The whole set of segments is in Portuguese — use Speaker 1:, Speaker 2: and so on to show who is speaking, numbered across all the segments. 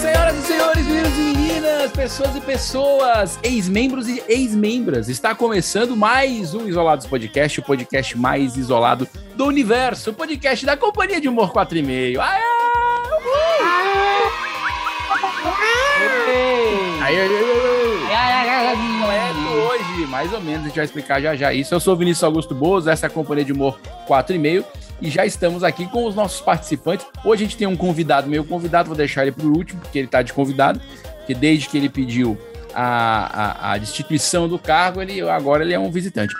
Speaker 1: Senhoras e senhores, meninos e meninas, pessoas e pessoas, ex-membros e ex-membras, está começando mais um Isolados Podcast, o podcast mais isolado do universo, o podcast da Companhia de Humor 4,5. Aê! Aê! Aê, aê, aê, aê. Completo hoje, mais ou menos, a gente vai explicar já já isso. Eu sou o Vinícius Augusto Bozo, essa é a Companhia de Humor 4,5 e já estamos aqui com os nossos participantes. Hoje a gente tem um convidado, meu convidado, vou deixar ele por último, porque ele está de convidado, porque desde que ele pediu a, a, a destituição do cargo, ele agora ele é um visitante.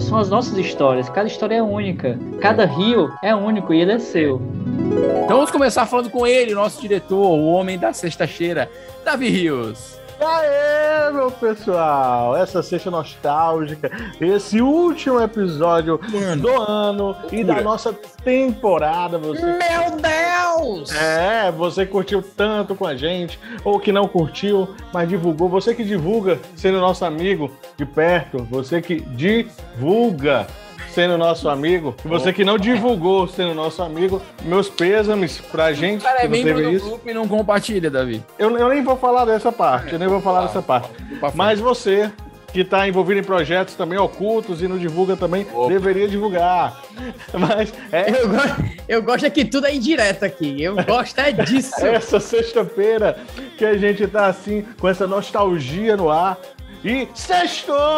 Speaker 2: São as nossas histórias, cada história é única, cada rio é único e ele é seu.
Speaker 1: Então vamos começar falando com ele, nosso diretor, o homem da sexta-feira, Davi Rios.
Speaker 3: Aê, meu pessoal! Essa sexta nostálgica, esse último episódio
Speaker 4: Mano,
Speaker 3: do ano e da nossa temporada. Você...
Speaker 4: Meu Deus!
Speaker 3: É, você curtiu tanto com a gente, ou que não curtiu, mas divulgou. Você que divulga sendo nosso amigo de perto, você que divulga sendo nosso amigo, e você que não divulgou sendo nosso amigo, meus pêsames pra gente
Speaker 1: Cara, é
Speaker 3: que não
Speaker 1: membro
Speaker 3: teve
Speaker 1: do
Speaker 3: isso.
Speaker 1: grupo e não compartilha, Davi.
Speaker 3: Eu, eu nem vou falar dessa parte, eu nem vou falar dessa parte.
Speaker 1: Tá
Speaker 3: Mas você que está envolvido em projetos também ocultos e não divulga também,
Speaker 1: Opa.
Speaker 3: deveria divulgar. Mas é,
Speaker 4: Eu, go- eu gosto é que tudo é indireto aqui. Eu gosto é disso.
Speaker 3: essa sexta-feira que a gente tá assim, com essa nostalgia no ar. E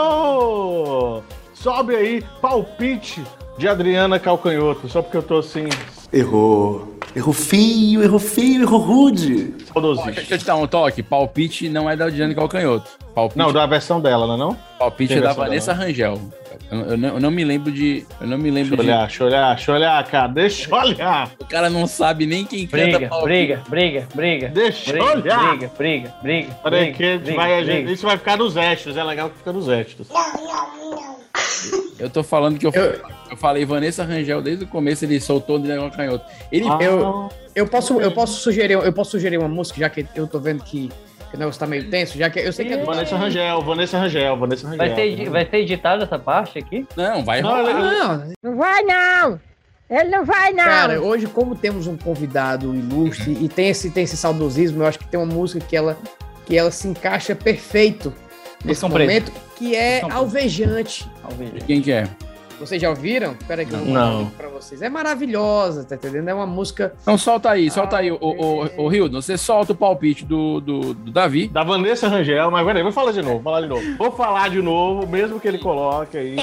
Speaker 3: sextou! Sobe aí, palpite de Adriana Calcanhoto, só porque eu tô assim,
Speaker 5: Errou. Errou feio, errou feio, errou rude.
Speaker 1: Deixa
Speaker 3: saudosista.
Speaker 1: eu te dar um toque. Palpite não é da Diane Calcanhoto. Palpite,
Speaker 3: Não, da versão dela, não é não?
Speaker 1: palpite
Speaker 3: tem
Speaker 1: é da
Speaker 3: versão
Speaker 1: Vanessa Rangel. Eu, eu não, eu não me lembro de. Eu não me lembro
Speaker 3: Deixa eu
Speaker 1: de.
Speaker 3: olhar, deixa eu olhar, deixa eu olhar, cara, deixa eu olhar.
Speaker 1: O cara não sabe nem quem
Speaker 2: Briga,
Speaker 1: palpite.
Speaker 2: briga, briga, briga.
Speaker 3: Deixa
Speaker 2: briga,
Speaker 3: eu olhar.
Speaker 2: briga, briga, briga.
Speaker 3: Peraí,
Speaker 2: briga,
Speaker 3: que
Speaker 2: briga,
Speaker 3: vai, a gente-
Speaker 2: briga.
Speaker 3: isso vai ficar nos extras, é legal que fica nos extras.
Speaker 2: Ah.
Speaker 1: Eu tô falando que eu,
Speaker 4: Eu-
Speaker 1: eu falei Vanessa Rangel desde o começo, ele soltou o Daniel Canhoto. Ele
Speaker 3: Ah.
Speaker 4: Eu, eu, posso, eu, posso sugerir, eu posso sugerir uma música, já que eu tô vendo que, que o negócio tá meio tenso, já que eu sei que é.
Speaker 3: Ah, Vanessa Rangel, Vanessa Rangel, Vanessa Rangel.
Speaker 2: Vai ser, vai ser editado essa parte aqui?
Speaker 1: não vai
Speaker 3: Não,
Speaker 1: rolar.
Speaker 3: ele-
Speaker 4: Não,
Speaker 6: Não vai não! Ele não vai não!
Speaker 4: Ah, cara, hoje, como temos um convidado ilustre e tem esse, tem esse saudosismo, eu acho que tem uma música que ela, que ela se encaixa perfeito nesse
Speaker 2: Música
Speaker 4: momento, que é
Speaker 2: Música preta.
Speaker 4: Alvejante.
Speaker 1: Quem que é?
Speaker 4: Vocês já ouviram? Peraí que eu vou
Speaker 3: Não.
Speaker 4: mandar o link pra vocês. É maravilhosa, tá entendendo? É uma música.
Speaker 1: Então solta aí, solta aí, ô, ô,
Speaker 4: Ah,
Speaker 1: ô, ô, Hildon. Você solta o palpite do, do, do Davi.
Speaker 3: Da Vanessa Rangel, mas peraí, vou falar de novo, vou falar de novo. Vou falar de novo, mesmo que ele coloque aí.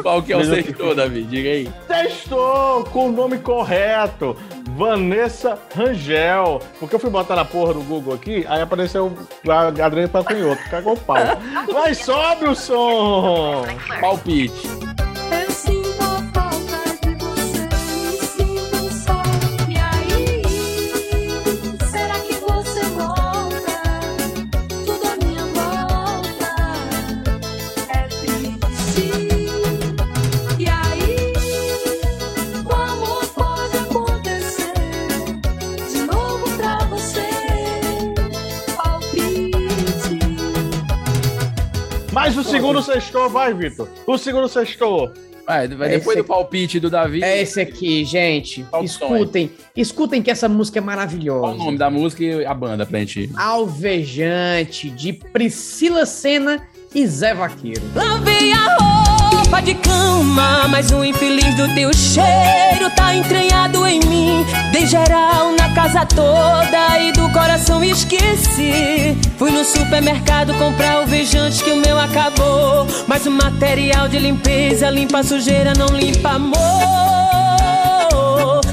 Speaker 1: Qual que é o
Speaker 3: Mas eu-
Speaker 1: sextor, Davi? Diga aí.
Speaker 3: Testou com o nome correto, Vanessa Rangel. Porque eu fui botar na porra do Google aqui, aí apareceu a Adriana pra canhoto, cagou o pau. Vai, sobe o som!
Speaker 1: Palpite.
Speaker 7: Eu sinto a falta de você, me sinto só. E aí, será que você volta? Tudo à minha volta é triste. E aí, o amor pode acontecer de novo pra você. Palpite.
Speaker 3: Mas o segundo sextou, vai, Vitor. O segundo sextou.
Speaker 1: Vai, vai
Speaker 4: É
Speaker 1: depois
Speaker 4: esse
Speaker 1: do palpite do Davi.
Speaker 4: É esse aqui, gente.
Speaker 1: Qual o som, hein?
Speaker 4: Escutem. Escutem que essa música é
Speaker 1: Qual o
Speaker 4: maravilhosa.
Speaker 1: nome da música e a banda pra gente?
Speaker 4: Alvejante, de Priscila Senna e Zé Vaqueiro.
Speaker 7: Lavei a roupa de cama, mas o infeliz do teu cheiro tá entranhado em mim. Dei geral na casa toda e do coração esqueci. Fui no supermercado comprar o vejante que o meu acabou. Mas o material de limpeza limpa a sujeira, não limpa amor.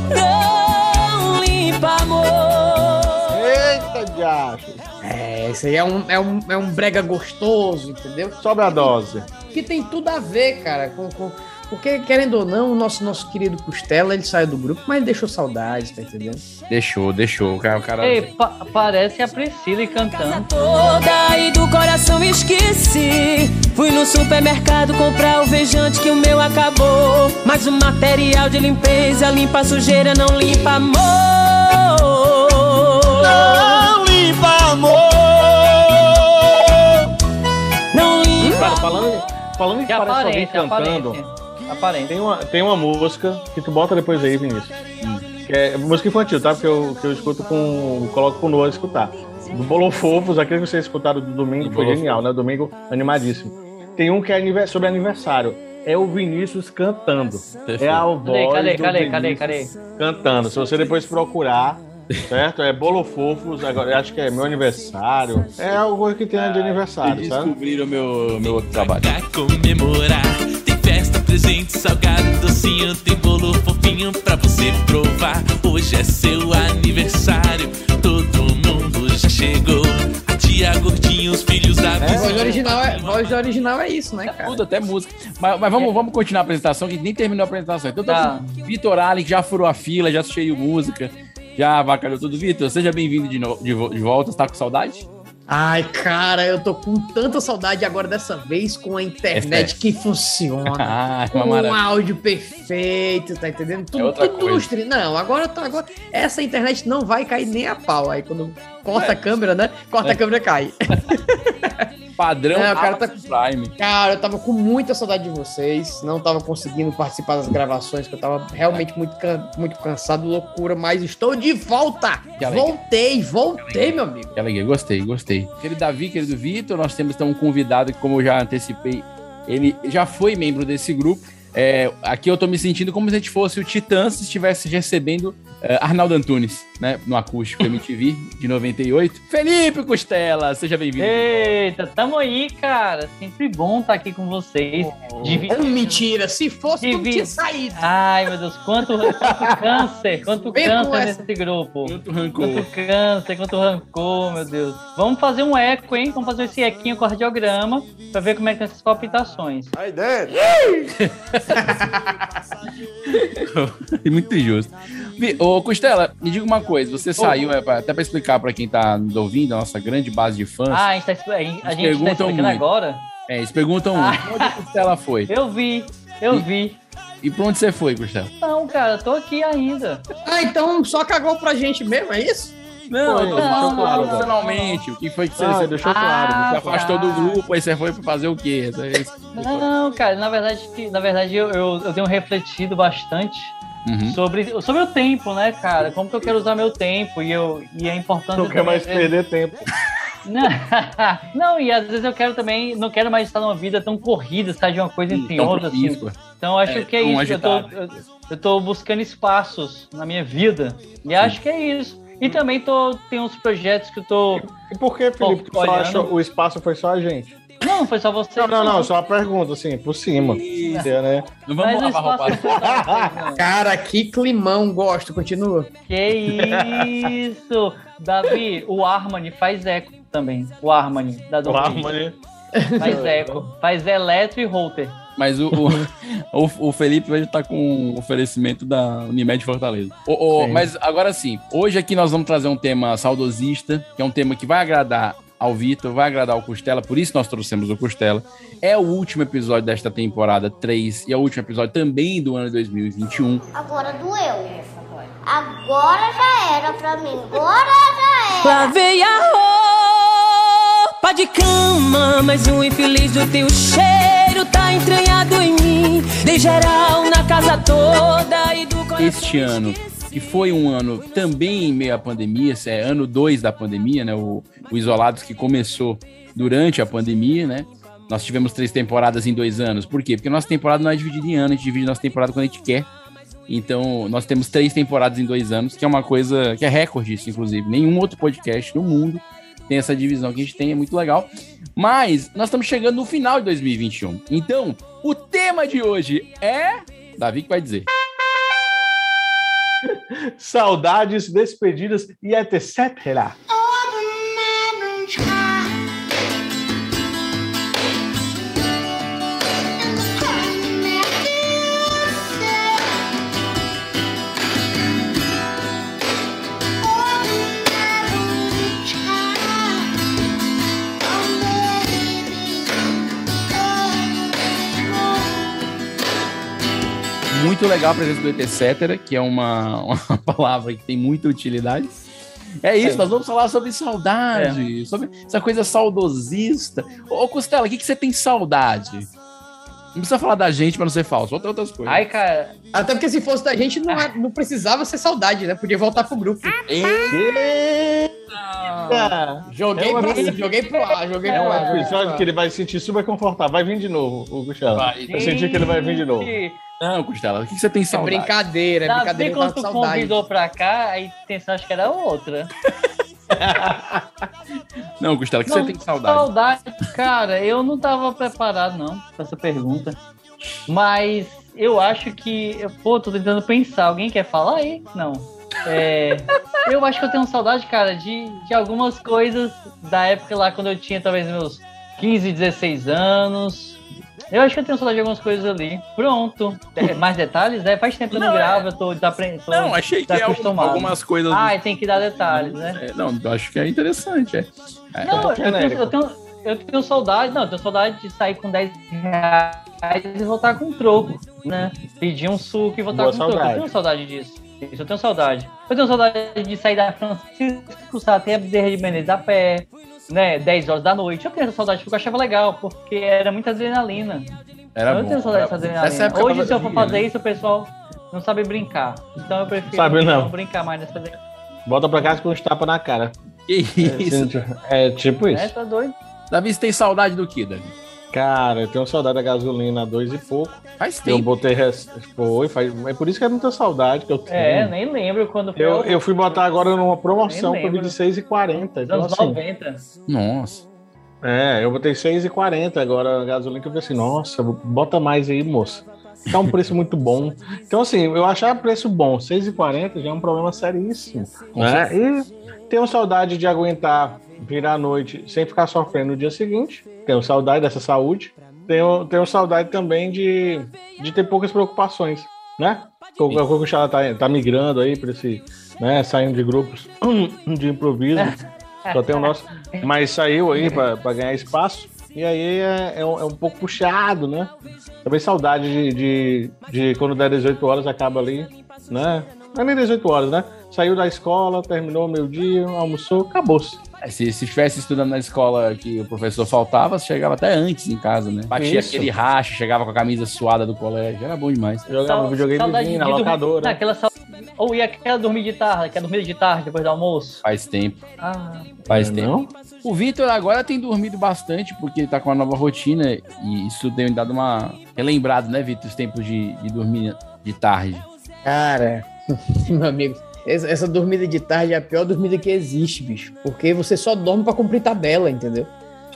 Speaker 7: Não limpa amor.
Speaker 3: Eita, diacho.
Speaker 4: É, esse aí é um, é um, é um brega gostoso, entendeu?
Speaker 3: Sobe a dose.
Speaker 4: Que tem tudo a ver, cara, com, com, Porque, querendo ou não, o nosso, nosso querido Costela, ele saiu do grupo, mas ele deixou saudades, tá entendendo?
Speaker 1: Deixou, deixou. O cara, o cara-
Speaker 2: Ei, pa- parece a Priscila
Speaker 7: Casa
Speaker 2: cantando.
Speaker 7: toda e do coração esqueci. Fui no supermercado comprar o vejante que o meu acabou. Mas o material de limpeza limpa a sujeira, não limpa amor. Não limpa
Speaker 3: Cara,
Speaker 7: amor.
Speaker 3: falando, falando em que
Speaker 2: Que
Speaker 3: parece alguém
Speaker 2: aparência,
Speaker 3: cantando,
Speaker 2: aparência. Aparência.
Speaker 3: tem uma, tem uma música que tu bota depois aí, Vinícius. Que é música infantil, tá? Porque eu, que eu escuto com. coloco com Noah escutar. Do Bolofofos, aquele que vocês escutaram do domingo,
Speaker 1: Do
Speaker 3: foi
Speaker 1: Bolofofos.
Speaker 3: genial, né? Domingo animadíssimo. Tem um que é anive- sobre aniversário. É o Vinícius cantando. É a voz
Speaker 2: Cadê,
Speaker 3: do
Speaker 2: cadê, cadê,
Speaker 3: Vinícius
Speaker 2: cadê?
Speaker 3: cantando. Se você depois procurar, certo? É Bolofofos, agora eu acho que é meu aniversário. É algo que tem de aniversário,
Speaker 1: Eles
Speaker 3: sabe?
Speaker 1: descobriram meu, meu outro trabalho.
Speaker 8: Pra comemorar, tem festa, presente, salgado, docinho, tem bolo fofinho pra você provar. Hoje é seu aniversário, todo mundo já chegou. A tia Gordinho, os filhos da
Speaker 4: A
Speaker 8: vizinha.
Speaker 4: voz original é, voz original é isso, né, cara?
Speaker 1: Tudo, até música. Mas, mas vamos, vamos continuar a apresentação, que nem terminou a apresentação. Então, tá.
Speaker 2: Tá.
Speaker 1: Vitor Allen, que já furou a fila, já sugeriu música, já avacalhou tudo. Vitor, seja bem-vindo de, no- de, vo- de volta. Você tá com saudade?
Speaker 4: Ai, cara, eu tô com tanta saudade agora dessa vez com a internet que funciona.
Speaker 1: Ah, é uma
Speaker 4: Com um
Speaker 1: maravilha.
Speaker 4: áudio perfeito, tá entendendo? Tudo,
Speaker 1: outra
Speaker 4: tudo
Speaker 1: coisa.
Speaker 4: lustre. Não, agora, tá, agora essa internet não vai cair nem a pau. Aí quando corta
Speaker 1: É.
Speaker 4: a câmera, né? Corta a câmera, cai.
Speaker 1: Padrão
Speaker 4: É, o cara
Speaker 1: Amazon Prime.
Speaker 4: Cara, eu tava com muita saudade de vocês, não tava conseguindo participar das gravações, que eu tava realmente muito, can- muito cansado, loucura, mas estou de volta!
Speaker 1: Que alegria.
Speaker 4: Voltei, voltei, meu amigo.
Speaker 1: Que alegria, gostei, gostei. Querido Davi, querido Vitor, nós temos então um convidado que, como eu já antecipei, ele já foi membro desse grupo. É, aqui eu tô me sentindo como se a gente fosse o Titãs se estivesse recebendo é, Arnaldo Antunes, né? No acústico MTV de 98. Felipe Costela, seja bem-vindo.
Speaker 2: É, Eita, tamo aí, cara. Sempre bom estar aqui com vocês.
Speaker 3: Oh.
Speaker 4: Ô,
Speaker 2: Dividindo.
Speaker 4: Oh, mentira, se fosse, tu não
Speaker 2: Divi-
Speaker 4: tinha saído.
Speaker 2: Ai, meu Deus, quanto, quanto câncer, quanto
Speaker 4: Vem com
Speaker 2: câncer
Speaker 4: essa.
Speaker 2: nesse grupo.
Speaker 1: Quanto rancor.
Speaker 2: Quanto câncer, quanto rancor, meu Deus. Vamos fazer um eco, hein? Vamos fazer esse equinho com cardiograma pra ver como é que tem essas palpitações.
Speaker 5: Aí dentro.
Speaker 1: É Muito injusto. Vi- Ô, Costela, me diga uma coisa. Você saiu, é, pra- até pra explicar pra quem tá nos ouvindo, a nossa grande base de fãs.
Speaker 2: Ah, a gente tá, expli- a gente- a gente tá
Speaker 1: Perguntam
Speaker 2: explicando
Speaker 1: muito.
Speaker 2: agora?
Speaker 1: É, eles perguntam
Speaker 2: Ah.
Speaker 1: onde a Costela foi.
Speaker 2: Eu vi, eu vi.
Speaker 1: E pra onde você foi, Costela?
Speaker 2: Não, cara, tô aqui ainda.
Speaker 4: Ah, então só cagou pra gente mesmo, é isso?
Speaker 1: Não,
Speaker 3: Foi,
Speaker 1: eu tô
Speaker 3: deixou
Speaker 1: falando
Speaker 2: claro, velho.
Speaker 1: profissionalmente. O que foi que você,
Speaker 3: Ah,
Speaker 1: você
Speaker 3: deixou claro.
Speaker 2: Ah,
Speaker 1: se afastou
Speaker 2: tá.
Speaker 1: do grupo, aí você foi pra fazer o quê? Essa- esse-
Speaker 2: Não, cara, na verdade, que- na verdade eu, eu, eu tenho refletido bastante
Speaker 1: Uhum.
Speaker 2: sobre, sobre o tempo, né, cara? Como que eu quero usar meu tempo e, eu, e é importante.
Speaker 3: Não quer mais perder tempo.
Speaker 2: Não, não, e às vezes eu quero também, não quero mais estar numa vida tão corrida, estar de uma coisa entre
Speaker 1: Então,
Speaker 2: outra, assim.
Speaker 1: isso,
Speaker 2: Então eu acho
Speaker 1: É,
Speaker 2: que é
Speaker 1: tão
Speaker 2: isso. Eu tô,
Speaker 1: agitado.
Speaker 2: eu, eu tô buscando espaços na minha vida. E acho que é isso. E também tô, tem uns projetos que eu tô.
Speaker 3: E por que, Felipe, tu só
Speaker 2: Olhando.
Speaker 3: achou o espaço foi só a gente?
Speaker 2: Não, foi só você.
Speaker 3: Não, não, não, só uma pergunta, assim, por cima. É, né?
Speaker 1: Não
Speaker 2: Mas
Speaker 1: vamos
Speaker 2: o
Speaker 1: lavar
Speaker 2: espaço
Speaker 1: roupa.
Speaker 2: foi só pra vocês, não.
Speaker 4: Cara, que climão, gosto, continua.
Speaker 2: Que é isso! Davi, o Harmony faz eco também. O Harmony, da
Speaker 3: O é.
Speaker 2: Dom
Speaker 3: Harmony.
Speaker 2: Faz eco. Faz eletro e router.
Speaker 1: Mas o, o, o- o Felipe hoje tá com um oferecimento da Unimed Fortaleza. Ô, ô,
Speaker 3: Sim.
Speaker 1: mas agora sim, hoje aqui nós vamos trazer um tema saudosista, que é um tema que vai agradar ao Vitor, vai agradar ao Costela, por isso nós trouxemos o Costela. É o último episódio desta temporada 3 e é o último episódio também do ano 2021.
Speaker 9: Agora doeu. Agora já era pra mim. Agora já é. era.
Speaker 7: Lavei a roupa de cama, mas o infeliz do teu cheiro tá entranhado em mim. Dei geral na casa toda e do coração.
Speaker 1: Este ano, que foi um ano também em meio à pandemia, esse é ano 2 da pandemia, né? O, o Isolados que começou durante a pandemia, né? Nós tivemos três temporadas em dois anos. Por quê? Porque nossa temporada não é dividida em ano, a gente divide nossa temporada quando a gente quer. Então, nós temos três temporadas em dois anos, que é uma coisa que é recorde isso, inclusive. Nenhum outro podcast no mundo tem essa divisão que a gente tem, é muito legal. Mas nós estamos chegando no final de 2021. Então, o tema de hoje é. Davi que vai dizer.
Speaker 3: Saudades, despedidas e etc.
Speaker 1: Muito legal a presença do etc, que é uma, uma palavra que tem muita utilidade. É isso, nós vamos falar sobre saudade,
Speaker 2: É.
Speaker 1: sobre essa coisa saudosista. Ô, Costela, o que, que você tem saudade? Não precisa falar da gente pra não ser falso, outra- outras coisas.
Speaker 2: Ai, cara.
Speaker 4: Até porque se fosse da gente, não, é-
Speaker 3: Ah.
Speaker 4: não precisava ser saudade, né? Podia voltar pro grupo.
Speaker 2: Ah,
Speaker 4: Joguei,
Speaker 3: É uma-
Speaker 4: pro, joguei pro ar, joguei
Speaker 3: É
Speaker 4: pro
Speaker 3: um
Speaker 4: ar. joguei pro
Speaker 3: episódio
Speaker 4: ar.
Speaker 3: que ele vai se sentir super confortável. Vai vir de novo, o Gustavo.
Speaker 1: Vai.
Speaker 3: Eu senti que ele vai vir de novo.
Speaker 1: Não, Costela, o que, que você tem
Speaker 4: É
Speaker 1: saudade?
Speaker 4: brincadeira, é
Speaker 2: Davi,
Speaker 4: brincadeira, eu
Speaker 2: quando
Speaker 4: tava com
Speaker 2: tu
Speaker 4: saudade.
Speaker 2: convidou pra cá, a intenção acho que era outra.
Speaker 1: Não, Costela, o que você
Speaker 2: Não,
Speaker 1: tem saudade?
Speaker 2: Saudade, cara, eu não tava preparado, não, pra essa pergunta. Mas eu acho que. eu- Pô, tô tentando pensar. Alguém quer falar aí? Não. É, eu acho que eu tenho saudade, cara, de, de algumas coisas da época lá quando eu tinha talvez meus 15, 16 anos. Eu acho que eu tenho saudade de algumas coisas ali. Pronto. É, mais detalhes? É, faz tempo que eu não,
Speaker 1: Não, é-
Speaker 2: gravo, eu tô desaprendendo.
Speaker 1: Não, achei que é algum-
Speaker 2: tá acostumado.
Speaker 1: algumas coisas.
Speaker 2: Ah, tem que dar detalhes, né?
Speaker 1: É, não, eu acho que é interessante. É. É,
Speaker 2: Não, eu tenho,
Speaker 3: genérico.
Speaker 2: eu, tenho, eu tenho saudade, não, eu tenho saudade de sair com 10 reais e voltar com troco, né? Pedir um suco e voltar
Speaker 3: Boa
Speaker 2: com troco.
Speaker 3: saudade.
Speaker 2: Eu tenho saudade disso. Isso, eu tenho saudade. Eu tenho saudade de sair da Francisco Sá até a Bezerra de Menezes a pé, né? 10 horas da noite. Eu tenho essa saudade porque eu achava legal, porque era muita adrenalina.
Speaker 1: Era
Speaker 2: eu
Speaker 1: bom.
Speaker 2: tenho saudade
Speaker 1: era
Speaker 2: dessa
Speaker 1: bom.
Speaker 2: adrenalina.
Speaker 1: Nessa época
Speaker 2: Hoje, se eu
Speaker 1: tava-
Speaker 2: for fazer isso, o pessoal não sabe brincar. Então eu prefiro
Speaker 3: Sabe não.
Speaker 2: brincar mais nessa adrenalina.
Speaker 3: Volta pra casa com uns tapas na cara.
Speaker 1: Que isso?
Speaker 3: É tipo
Speaker 2: Né?
Speaker 3: isso.
Speaker 2: Tá doido?
Speaker 1: Davi, você tem saudade do que, Davi?
Speaker 3: Cara, eu tenho saudade da gasolina a dois e pouco.
Speaker 1: Faz
Speaker 3: Eu
Speaker 1: tempo.
Speaker 3: botei. res- Foi, faz... É por isso que é muita saudade que eu tenho.
Speaker 2: É, nem lembro quando foi.
Speaker 3: Eu, eu fui botar agora numa promoção
Speaker 2: Nem
Speaker 3: que eu vi de
Speaker 2: lembro.
Speaker 3: 6,40.
Speaker 2: Nos
Speaker 3: Então,
Speaker 2: anos
Speaker 3: assim,
Speaker 2: 90.
Speaker 1: Nossa.
Speaker 3: é, eu botei 6,40 agora a gasolina, que eu falei assim, nossa, bota mais aí, moça. Tá um preço muito bom. Então, assim, eu achar preço bom, 6,40 já é um problema seríssimo.
Speaker 1: Com
Speaker 3: Né? E tenho saudade de aguentar virar à noite sem ficar sofrendo no dia seguinte. Tenho saudade dessa saúde. Tenho, tenho saudade também de, de ter poucas preocupações, né? O o Cucuxala tá, tá migrando aí para esse, né? Saindo de grupos de improviso. Só tem o nosso. Mas saiu aí para ganhar espaço. E aí é, é um, é um pouco puxado, né? Também saudade de, de, de quando der 18 horas acaba ali, né? Não é nem 18 horas, né? Saiu da escola, terminou o meio-dia, almoçou, acabou-se.
Speaker 1: É, Se, se estivesse estudando na escola que o professor faltava, você chegava até antes em casa, né? Batia
Speaker 3: Isso.
Speaker 1: aquele racha, chegava com a camisa suada do colégio. Era bom demais.
Speaker 3: Jogava
Speaker 2: Sau- É, saudade
Speaker 3: videogame
Speaker 2: de
Speaker 3: na
Speaker 2: dormir- Tá.
Speaker 3: locadora.
Speaker 2: Não, aquela saudade. Ou e aquela dormir de tarde, aquela dormida de tarde depois do almoço.
Speaker 1: Faz tempo.
Speaker 2: Ah,
Speaker 1: Faz tempo.
Speaker 3: Não?
Speaker 1: O Vitor agora tem dormido bastante porque ele tá com uma nova rotina e isso tem dado uma relembrado, né, Vitor, os tempos de, de dormir de tarde.
Speaker 4: Cara, meu amigo, essa, essa dormida de tarde é a pior dormida que existe, bicho. Porque você só dorme pra cumprir tabela, entendeu?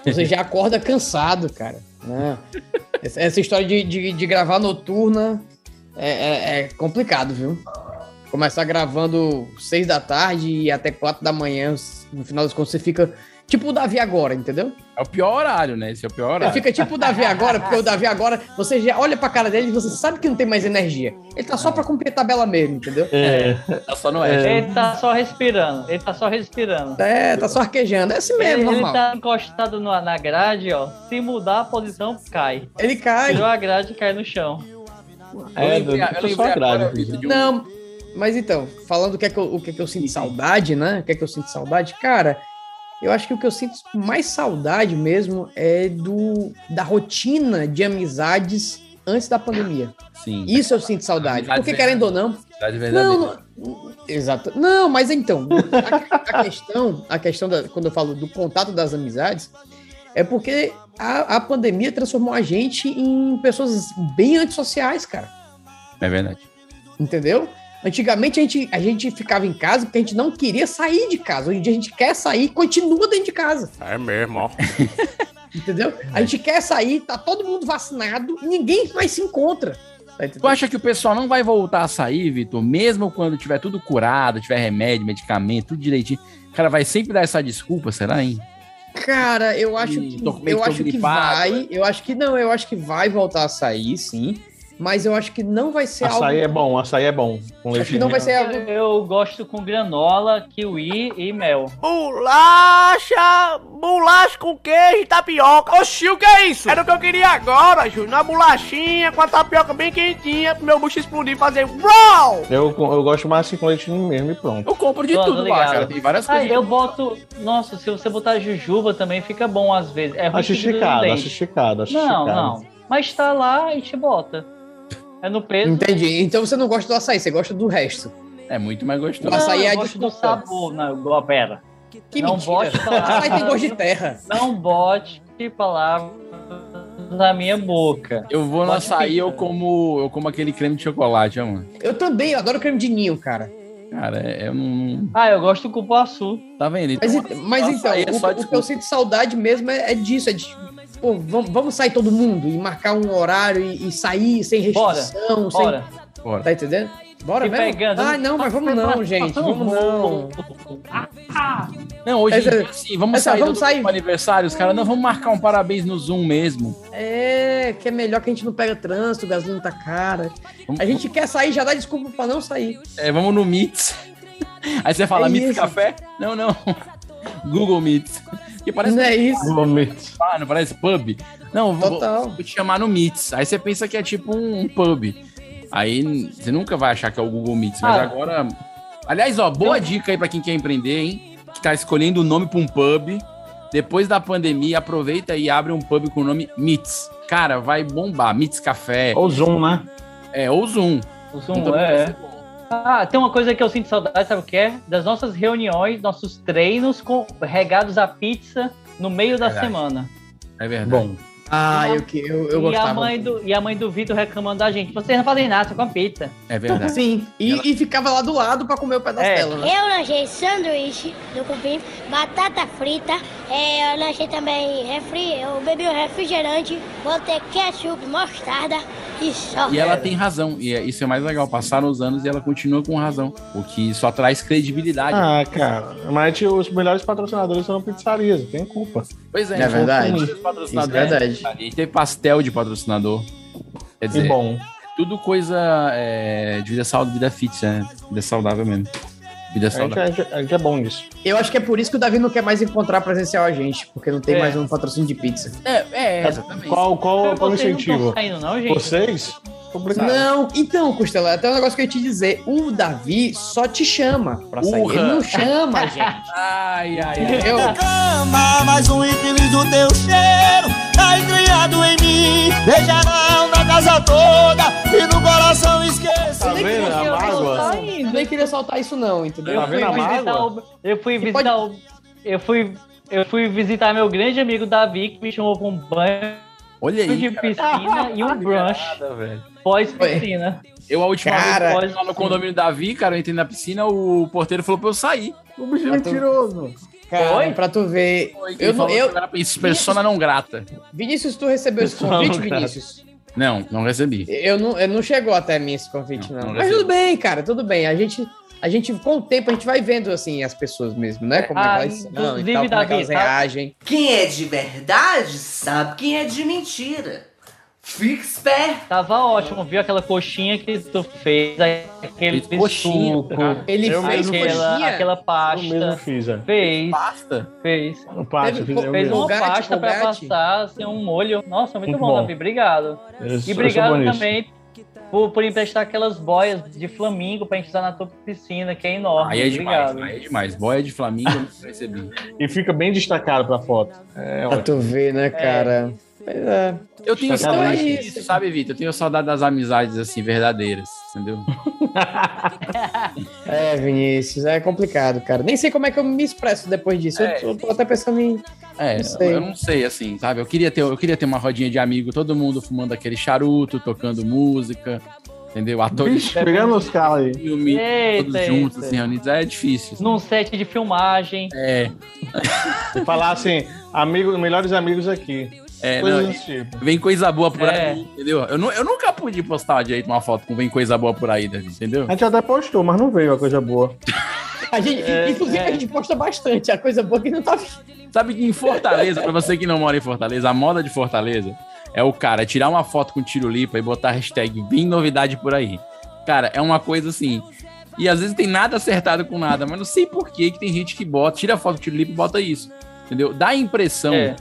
Speaker 4: Você já acorda cansado, cara. Não. Essa, essa história de, de, de gravar noturna é, é- é complicado, viu? Começar gravando seis da tarde e até quatro da manhã, no final das contas, você fica tipo o Davi agora, entendeu?
Speaker 1: É o pior horário, né? Esse é o pior
Speaker 4: Ele
Speaker 1: horário.
Speaker 4: fica tipo o Davi agora, porque o Davi agora, você já olha pra cara dele e você sabe que não tem mais energia. Ele tá só pra cumprir tabela mesmo, entendeu?
Speaker 3: É,
Speaker 1: Tá só no Oeste.
Speaker 2: Ele tá só respirando, ele tá só respirando.
Speaker 4: É, tá só arquejando. É assim
Speaker 2: Ele,
Speaker 4: mesmo,
Speaker 2: ele
Speaker 4: normal.
Speaker 2: tá encostado no- na grade, ó. Se mudar a posição, cai.
Speaker 4: Ele cai.
Speaker 2: Tirou a grade e cai no chão.
Speaker 3: é,
Speaker 1: eu lembrei, eu
Speaker 3: tô só
Speaker 1: lembrei agora,
Speaker 3: grave.
Speaker 1: Vitor, de um-
Speaker 4: Não, mas então, falando o que é que eu, o que é que eu sinto saudade, né? O que é que eu sinto saudade? Cara, eu acho que o que eu sinto mais saudade mesmo é do da rotina de amizades antes da pandemia.
Speaker 1: um- Sim.
Speaker 4: Isso eu sinto saudade.
Speaker 1: Amizades
Speaker 4: Porque querendo ou não,
Speaker 1: Verdade, verdadeira.
Speaker 4: Não, não- exato. Não, mas então, a, a questão, a questão da, quando eu falo do contato das amizades, é porque a, a pandemia transformou a gente em pessoas bem antissociais, cara.
Speaker 1: É verdade.
Speaker 4: Entendeu? Antigamente a gente, a gente ficava em casa porque a gente não queria sair de casa. Hoje em dia a gente quer sair e continua dentro de casa.
Speaker 3: É mesmo, ó.
Speaker 4: Entendeu? A gente quer sair, tá todo mundo vacinado e ninguém mais se encontra. Tá entendendo?
Speaker 1: Tu acha que o pessoal não vai voltar a sair, Vitor, mesmo quando tiver tudo curado, tiver remédio, medicamento, tudo direitinho? O cara vai sempre dar essa desculpa, será, hein?
Speaker 4: Cara, eu acho
Speaker 1: Ih,
Speaker 4: que
Speaker 1: tô meio
Speaker 4: eu
Speaker 1: que tô
Speaker 4: acho que
Speaker 1: gripado,
Speaker 4: vai, eu acho que não, eu acho que vai voltar a sair, sim. mas eu acho que não vai ser
Speaker 3: Açaí é bom, açaí é bom. Com leite
Speaker 4: que não
Speaker 3: de
Speaker 4: vai ser
Speaker 3: mel.
Speaker 4: algo.
Speaker 2: Eu gosto com granola, kiwi e mel.
Speaker 10: Bolacha! Bolacha com queijo e tapioca. Oxi, o que é isso? Era o que eu queria agora, Júnior. Uma bolachinha com a tapioca bem quentinha, pro meu bucho explodir e fazer uau!
Speaker 3: Eu, eu gosto mais assim com leite mesmo e pronto.
Speaker 1: Eu compro de
Speaker 2: Tô- tô
Speaker 1: tudo lá,
Speaker 2: ligado.
Speaker 1: cara. Tem várias
Speaker 2: Ah,
Speaker 1: coisas.
Speaker 2: eu boto. Nossa, se você botar jujuba também fica bom às vezes. É ruim que
Speaker 3: Acho
Speaker 2: gruda no
Speaker 3: esticado,
Speaker 2: dente.
Speaker 3: acho esticado, acho
Speaker 2: Não,
Speaker 3: esticado.
Speaker 2: não. Mas tá lá e te bota. É no peso.
Speaker 4: Entendi. Então você não gosta do açaí, você gosta do resto.
Speaker 1: É muito mais gostoso.
Speaker 2: Não,
Speaker 4: açaí é
Speaker 2: eu gosto do
Speaker 4: desconforto.
Speaker 2: sabor. Não, eu- pera.
Speaker 4: Que
Speaker 2: não
Speaker 4: mentira.
Speaker 2: bote palavras.
Speaker 4: Açaí tem gosto de terra.
Speaker 2: Não bote palavras na minha boca.
Speaker 1: Eu vou no
Speaker 2: Pode
Speaker 1: açaí,
Speaker 2: ficar.
Speaker 1: eu como, eu como aquele creme de chocolate, ó, mano.
Speaker 4: Eu também, eu adoro creme de ninho, cara.
Speaker 1: Cara, é- eu não.
Speaker 2: Ah, eu gosto do cupuaçu.
Speaker 1: Tá vendo?
Speaker 4: Mas,
Speaker 1: Então,
Speaker 4: e- mas então,
Speaker 1: açaí é só
Speaker 4: o, o que eu
Speaker 1: desculpa.
Speaker 4: sinto saudade mesmo é, é disso, é de. Pô, vamos, vamos sair todo mundo e marcar um horário e, e sair sem
Speaker 2: Bora,
Speaker 4: restrição, sem.
Speaker 2: Bora.
Speaker 1: bora.
Speaker 4: Tá entendendo? Bora
Speaker 2: Se
Speaker 4: mesmo?
Speaker 2: pegando.
Speaker 4: Ah, não, mas vamos não, gente.
Speaker 2: um
Speaker 4: Vamos não.
Speaker 1: Não, hoje
Speaker 4: Essa-
Speaker 1: em dia, assim, vamos
Speaker 4: essa-
Speaker 1: sair
Speaker 4: é- tá,
Speaker 1: vamos
Speaker 4: vamos sair.
Speaker 1: sair. aniversário, os caras, não, vamos marcar um parabéns no Zoom mesmo.
Speaker 4: É, que é melhor que a gente não pega trânsito, o gasolina tá cara.
Speaker 1: Vamos,
Speaker 4: A gente quer sair, já dá desculpa pra não sair.
Speaker 1: é, vamos no Meets. Aí você fala,
Speaker 4: É
Speaker 1: Meets
Speaker 4: isso.
Speaker 1: Café? Não, não. Google Meets. Que parece um
Speaker 4: não é isso.
Speaker 3: Vomito.
Speaker 1: bar, não parece pub. Não, vou,
Speaker 4: Total.
Speaker 1: vou te chamar no Meets. Aí você pensa que é tipo um, um pub. Aí n- você nunca vai achar que é o Google Meets, mas
Speaker 2: Ah.
Speaker 1: agora. Aliás, ó, boa dica aí pra quem quer empreender, hein? Que tá escolhendo o nome pra um pub. Depois da pandemia, aproveita e abre um pub com o nome Meets. Cara, vai bombar. Meets Café.
Speaker 3: Ou Zoom, né?
Speaker 1: É, ou Zoom.
Speaker 2: O
Speaker 1: Então,
Speaker 2: Zoom é. Ah, tem uma coisa que eu sinto saudade, sabe o que é? Das nossas reuniões, nossos treinos com, regados à pizza no meio da
Speaker 1: Verdade.
Speaker 2: semana.
Speaker 1: É verdade.
Speaker 3: Bom.
Speaker 4: Ah, eu, que- eu, eu
Speaker 2: e, a
Speaker 4: gostava.
Speaker 2: mãe do, e a mãe do Vitor reclamando da gente. Vocês não fazem nada, só com a pizza.
Speaker 1: É verdade.
Speaker 4: Sim, e, e ficava lá do lado pra comer o pedaço
Speaker 2: É.
Speaker 4: dela, né?
Speaker 9: Eu lanchei sanduíche do cupim, batata frita, é, eu lanchei também refri, eu bebi um refrigerante, botei ketchup, mostarda e só.
Speaker 1: E ela tem razão. E é- isso é mais legal. Passaram os anos e ela continua com razão. O que só traz credibilidade.
Speaker 3: Ah, cara. Mas tio, os melhores patrocinadores são pizzarias, tem culpa.
Speaker 1: Pois é,
Speaker 4: É verdade.
Speaker 1: foram muitos
Speaker 4: Isso é
Speaker 1: patrocinadores.
Speaker 4: verdade.
Speaker 1: A gente teve pastel de patrocinador. Quer
Speaker 3: E
Speaker 1: dizer,
Speaker 3: bom.
Speaker 1: tudo coisa é, de vida saudável, vida fit, né? Vida saudável mesmo. Vida
Speaker 3: A gente,
Speaker 1: saudável.
Speaker 3: a gente- a gente é bom nisso.
Speaker 4: Eu acho que é por isso que o Davi não quer mais encontrar presencial a gente, porque não tem
Speaker 2: É.
Speaker 4: mais um patrocínio de pizza.
Speaker 1: É, é, exatamente.
Speaker 3: Qual, qual, qual o
Speaker 2: Vocês não
Speaker 3: incentivo?
Speaker 2: estão saindo, não, gente?
Speaker 3: Vocês? Complicado.
Speaker 4: Não, então, Costela, até um negócio que eu ia te dizer. O Davi só te chama pra sair.
Speaker 1: Urra.
Speaker 4: Ele não chama, gente.
Speaker 1: Ai, ai, ai.
Speaker 4: Eu,
Speaker 8: cama, mais um infeliz do teu cheiro tá encriado em mim. Beijarão na casa toda e no coração esqueço.
Speaker 3: Tá
Speaker 4: nem
Speaker 3: vendo
Speaker 4: queria-
Speaker 3: a
Speaker 4: eu nem
Speaker 3: mágoa?
Speaker 4: queria soltar- Eu nem queria soltar isso, não, entendeu?
Speaker 3: Tá vendo a
Speaker 4: Mas-
Speaker 3: mágoa?
Speaker 2: visitar o- eu fui
Speaker 4: Você
Speaker 2: visitar o- eu fui eu fui visitar meu grande amigo Davi que me chamou pra um banho
Speaker 1: Olha
Speaker 2: de
Speaker 1: aí. cara.
Speaker 2: piscina e um brunch
Speaker 1: Nada, velho.
Speaker 2: pós piscina.
Speaker 1: Eu, a última
Speaker 4: Cara.
Speaker 1: vez que eu tava no condomínio Davi, cara, eu entrei na piscina, o porteiro falou pra eu sair. O bicho
Speaker 4: Pra tu-
Speaker 1: mentiroso.
Speaker 4: Cara,
Speaker 2: Oi?
Speaker 4: pra tu ver.
Speaker 1: Foi, que
Speaker 4: Eu,
Speaker 1: ele
Speaker 4: não,
Speaker 1: falou que
Speaker 4: eu,
Speaker 1: eu era isso, persona não grata.
Speaker 4: Vinícius, tu recebeu esse
Speaker 3: Não,
Speaker 4: convite,
Speaker 3: cara.
Speaker 4: Vinícius?
Speaker 1: Não, não recebi.
Speaker 4: Eu não, eu não chegou até mim esse convite,
Speaker 1: Não,
Speaker 4: não.
Speaker 1: não
Speaker 4: Mas
Speaker 1: recebi.
Speaker 4: tudo bem, cara, tudo bem. A gente, a gente, com o tempo, a gente vai vendo, assim, as pessoas mesmo, né? Como é que
Speaker 2: Ah,
Speaker 4: elas são e tal,
Speaker 2: inclusive,
Speaker 4: como é que
Speaker 2: Davi,
Speaker 4: elas
Speaker 2: tá?
Speaker 4: reagem.
Speaker 7: Quem é de verdade sabe quem é de mentira. Fique esperto.
Speaker 2: Tava ótimo, viu aquela coxinha que tu fez, aquele
Speaker 1: Fez coxinha,
Speaker 2: suco,
Speaker 1: cara.
Speaker 4: Ele
Speaker 3: Eu
Speaker 4: fez
Speaker 3: mesmo fiz.
Speaker 2: aquela,
Speaker 4: coxinha.
Speaker 2: aquela
Speaker 3: Eu mesmo
Speaker 2: pasta.
Speaker 3: fiz, é.
Speaker 2: Fez,
Speaker 1: Pasta?
Speaker 2: fez.
Speaker 3: Eu passo, eu fiz eu
Speaker 2: Fez
Speaker 3: mesmo.
Speaker 2: uma
Speaker 4: Colgate,
Speaker 2: pasta pra
Speaker 4: Colgate.
Speaker 2: passar, assim, um molho. Nossa, muito,
Speaker 3: Muito
Speaker 2: bom,
Speaker 3: bom.
Speaker 2: Davi. Obrigado.
Speaker 3: Eu sou-
Speaker 2: E
Speaker 3: eu sou bom
Speaker 2: obrigado
Speaker 3: nisso.
Speaker 2: também por, por emprestar aquelas boias de flamingo pra gente usar na tua piscina, que é enorme.
Speaker 1: Aí é demais,
Speaker 2: obrigado.
Speaker 1: aí é demais. Boia de Flamengo, eu não recebi.
Speaker 3: E fica bem destacado pra foto. É,
Speaker 4: Pra
Speaker 3: olha.
Speaker 4: tu ver, né, cara? Pois é.
Speaker 1: Eu tenho
Speaker 3: Então
Speaker 1: saudade
Speaker 4: é
Speaker 1: disso, sabe, Vitor? Eu tenho saudade das amizades, assim, verdadeiras, entendeu?
Speaker 4: É, Vinícius, é complicado, cara. Nem sei como é que eu me expresso depois disso. Eu,
Speaker 1: É.
Speaker 4: tô- eu tô até pensando em.
Speaker 1: É,
Speaker 4: Não sei.
Speaker 1: eu não sei, assim, sabe? Eu queria, ter, eu queria ter uma rodinha de amigo, todo mundo fumando aquele charuto, tocando música, entendeu? Atores
Speaker 3: Bicho, pegando os caras aí.
Speaker 1: de filme, todos
Speaker 2: Eita,
Speaker 1: juntos,
Speaker 2: eita.
Speaker 1: assim, reunidos. É difícil. assim.
Speaker 2: Num set de filmagem.
Speaker 1: É,
Speaker 3: Falar assim, amigos, melhores amigos aqui.
Speaker 1: é,
Speaker 3: Coisas
Speaker 1: não,
Speaker 3: desse tipo.
Speaker 1: Vem coisa boa por
Speaker 2: É.
Speaker 1: aí, entendeu? Eu, nu- eu nunca pude postar direito uma foto com vem coisa boa por aí, Davi, entendeu?
Speaker 3: A gente até postou, mas não veio a coisa boa.
Speaker 4: A gente, inclusive,
Speaker 2: é.
Speaker 4: a gente posta bastante. A coisa boa que não tá.
Speaker 1: Sabe que em Fortaleza, pra você que não mora em Fortaleza, a moda de Fortaleza é o cara tirar uma foto com tirolipa e botar a hashtag bem novidade por aí. Cara, é uma coisa assim. E às vezes tem nada acertado com nada, mas não sei por que que tem gente que bota, tira a foto com tirolipa e bota isso. Entendeu? Dá a impressão.
Speaker 2: É.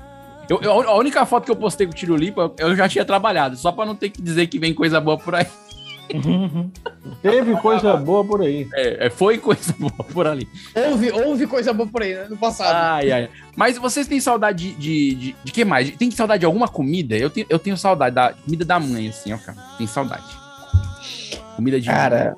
Speaker 1: Eu, eu- a única foto que eu postei com tirolipa, eu já tinha trabalhado, só pra não ter que dizer que vem coisa boa por aí.
Speaker 3: Teve coisa boa por aí.
Speaker 1: É, é, foi coisa boa por ali.
Speaker 4: Houve, houve coisa boa por aí, né? No passado.
Speaker 2: Ah,
Speaker 1: Ai, ai. Mas vocês têm saudade de, de, de, de que mais? Tem saudade de alguma comida? Eu tenho, eu tenho saudade da comida da mãe, assim, ó, cara. Tem saudade. Comida de.
Speaker 4: Cara,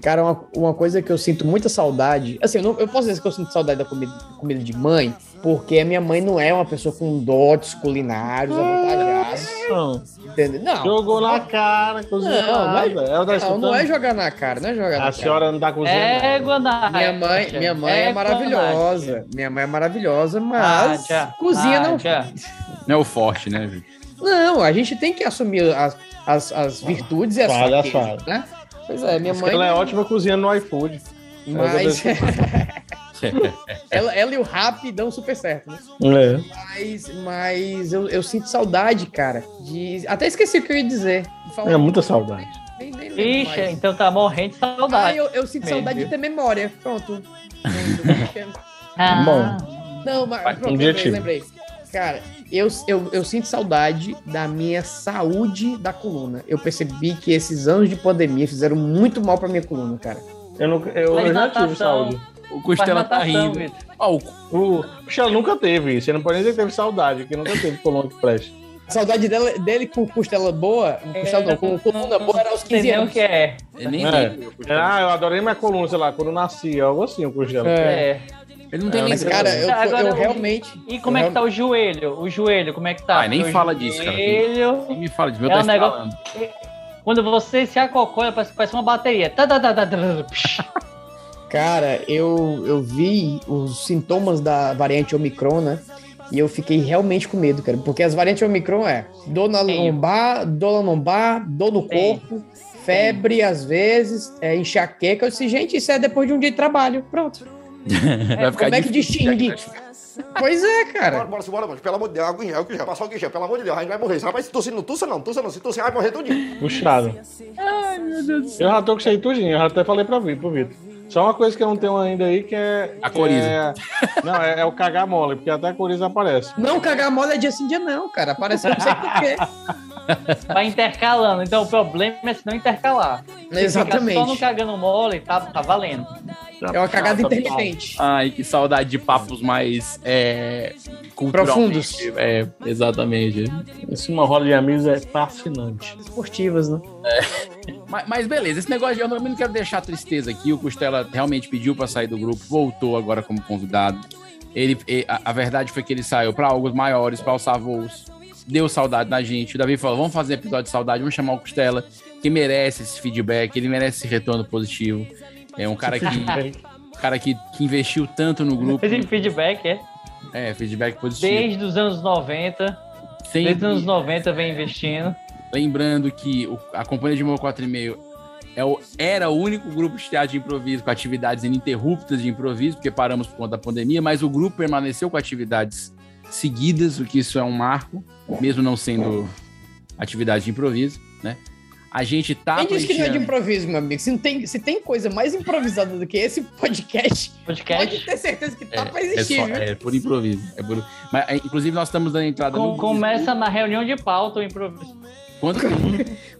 Speaker 4: cara uma, uma coisa que eu sinto muita saudade. Assim, eu, não- eu posso dizer que eu sinto saudade da comida, comida de mãe, porque a minha mãe não é uma pessoa com dotes culinários, avantajados.
Speaker 1: então,
Speaker 3: Não.
Speaker 4: Entendeu? Não.
Speaker 3: Jogou na cara, cozinhou nada. Ela tá
Speaker 4: não,
Speaker 3: escutando.
Speaker 4: não é jogar na cara, não é jogar na
Speaker 3: A
Speaker 4: cara.
Speaker 3: senhora não tá cozinhando. nada.
Speaker 2: É, Guanai.
Speaker 4: Minha mãe, minha mãe é, maravilhosa. Minha mãe é
Speaker 3: Ah,
Speaker 4: maravilhosa, mas
Speaker 2: Nádia,
Speaker 4: cozinha não.
Speaker 2: Nádia.
Speaker 1: Não é o forte, né, gente?
Speaker 4: Não, a gente tem que assumir as, as, as virtudes e as
Speaker 3: Fala,
Speaker 4: fraquezas, né? Pois é, minha
Speaker 3: Diz que
Speaker 4: mãe.
Speaker 3: Ela é ótima cozinhando no iFood.
Speaker 4: Mas
Speaker 3: É.
Speaker 4: ela, ela e o rap dão super certo, né? Mas, mas eu, eu sinto saudade, cara. De... Até esqueci o que eu ia dizer. Fala-
Speaker 3: É muita saudade.
Speaker 4: nem- nem lembro
Speaker 2: Ixi,
Speaker 4: mais.
Speaker 2: então tá morrendo de
Speaker 4: Ah,
Speaker 2: saudade.
Speaker 4: eu, eu sinto
Speaker 2: Meu
Speaker 4: saudade de
Speaker 2: Deus.
Speaker 4: ter memória. Pronto.
Speaker 2: Ah,
Speaker 3: Bom.
Speaker 4: Não, mas pronto,
Speaker 3: um dia
Speaker 4: lembrei,
Speaker 3: tive.
Speaker 4: lembrei. Cara, eu, eu, eu sinto saudade da minha saúde da coluna. Eu percebi que esses anos de pandemia fizeram muito mal pra minha coluna, cara.
Speaker 3: Eu, não, eu,
Speaker 2: Faz
Speaker 3: eu já tive
Speaker 2: natação.
Speaker 3: saúde.
Speaker 1: O
Speaker 2: faz
Speaker 1: Costela tá
Speaker 2: natação,
Speaker 1: rindo.
Speaker 2: Vitor.
Speaker 1: Ó, o
Speaker 3: O Michel nunca teve isso. Você não pode nem dizer que teve saudade, que nunca teve coluna que preste.
Speaker 4: A saudade dela, dele com costela boa, costela não, com coluna boa era aos 15
Speaker 2: Entendeu o
Speaker 4: anos.
Speaker 2: que é?
Speaker 1: eu nem
Speaker 3: É.
Speaker 1: lembro.
Speaker 3: Ah, eu adorei minha coluna, sei lá, quando eu nasci, algo assim, o congelo.
Speaker 2: É.
Speaker 1: Ele não tem nem
Speaker 4: Mas, cara, eu,
Speaker 2: Agora
Speaker 4: eu
Speaker 2: eu-
Speaker 4: realmente.
Speaker 2: E como é que tá o joelho? O joelho, como é que tá?
Speaker 1: Ai, nem
Speaker 2: Porque o
Speaker 1: fala disso, cara.
Speaker 2: joelho-
Speaker 1: me fala de meu
Speaker 2: É
Speaker 1: tá
Speaker 2: um negócio-
Speaker 1: escalando.
Speaker 2: Quando você se acocolha, parece, parece uma bateria. Tá, tá, tá, tá, tá, psh.
Speaker 4: Cara, eu, eu vi os sintomas da variante Omicron, né? E eu fiquei realmente com medo, cara. Porque as variantes Omicron é dor na
Speaker 2: Sim.
Speaker 4: lombar, dor na lombar, dor no
Speaker 2: Sim.
Speaker 4: corpo, febre às vezes, é, enxaqueca. Eu disse, gente, isso é depois de um dia de trabalho. Pronto.
Speaker 1: Vai ficar
Speaker 4: Como é que
Speaker 1: difícil,
Speaker 4: distingue?
Speaker 1: né, cara?
Speaker 4: pois é,
Speaker 11: Bora,
Speaker 4: cara.
Speaker 11: bora, bora, bora. Pelo amor de Deus, água em gel, água em gel. Passar o gel, pelo amor de Deus. A gente vai morrer. Rapaz, se tossir, não tussa não, tussa não. Se tossir, vai morrer tudinho.
Speaker 3: Puxado. Eu já tô com isso aí tudinho, eu já até falei pra Vitor, pro Vitor. Só uma coisa que eu não tenho ainda aí que é.
Speaker 1: A coriza.
Speaker 3: é- Não, é, é o cagar mole, porque até a coriza aparece.
Speaker 4: Não cagar mole é dia sim, dia não, cara. Parece que não sei porquê.
Speaker 2: Tá. Vai intercalando. Então o problema é se não intercalar. Se ficar Só não
Speaker 4: Exatamente.
Speaker 2: cagando mole, tá, tá valendo.
Speaker 4: É uma cagada intermitente.
Speaker 1: Ai, que saudade de papos mais. É, culturalmente.
Speaker 4: Profundos.
Speaker 1: É, exatamente.
Speaker 3: Isso uma roda de amigos é fascinante.
Speaker 4: Esportivas, né?
Speaker 1: Mas, mas beleza, esse negócio de eu não, eu não quero deixar a tristeza aqui. O Costela realmente pediu pra sair do grupo, voltou agora como convidado. Ele, e- a, a verdade foi que ele saiu pra algo maiores, pra alçar voos. Deu saudade na gente. O Davi falou: vamos fazer episódio de saudade, vamos chamar o Costela, que merece esse feedback, ele merece esse retorno positivo. É um cara que, um cara que, que investiu tanto no grupo.
Speaker 2: Esse feedback é
Speaker 1: É, feedback positivo.
Speaker 2: desde os anos 90.
Speaker 1: Sempre
Speaker 2: Desde os anos 90 vem investindo.
Speaker 1: Lembrando que o- a Companhia de Humor 4,5 é o, era o único grupo de teatro de improviso com atividades ininterruptas de improviso, porque paramos por conta da pandemia, mas o grupo permaneceu com atividades seguidas, o que isso é um marco, mesmo não sendo atividade de improviso, né? A gente tá
Speaker 4: Quem disse que não é de
Speaker 1: pleiteando-
Speaker 4: improviso, meu amigo? Se, não tem, se tem coisa mais improvisada do que esse podcast, pode
Speaker 2: Podcast.
Speaker 4: ter certeza que tá pra
Speaker 1: é,
Speaker 4: existir,
Speaker 1: só-
Speaker 4: viu?
Speaker 1: é por improviso. é por- mas, é, inclusive, nós estamos dando entrada
Speaker 2: Com-
Speaker 1: no.
Speaker 2: começa na reunião de pauta o improviso.
Speaker 1: Quando-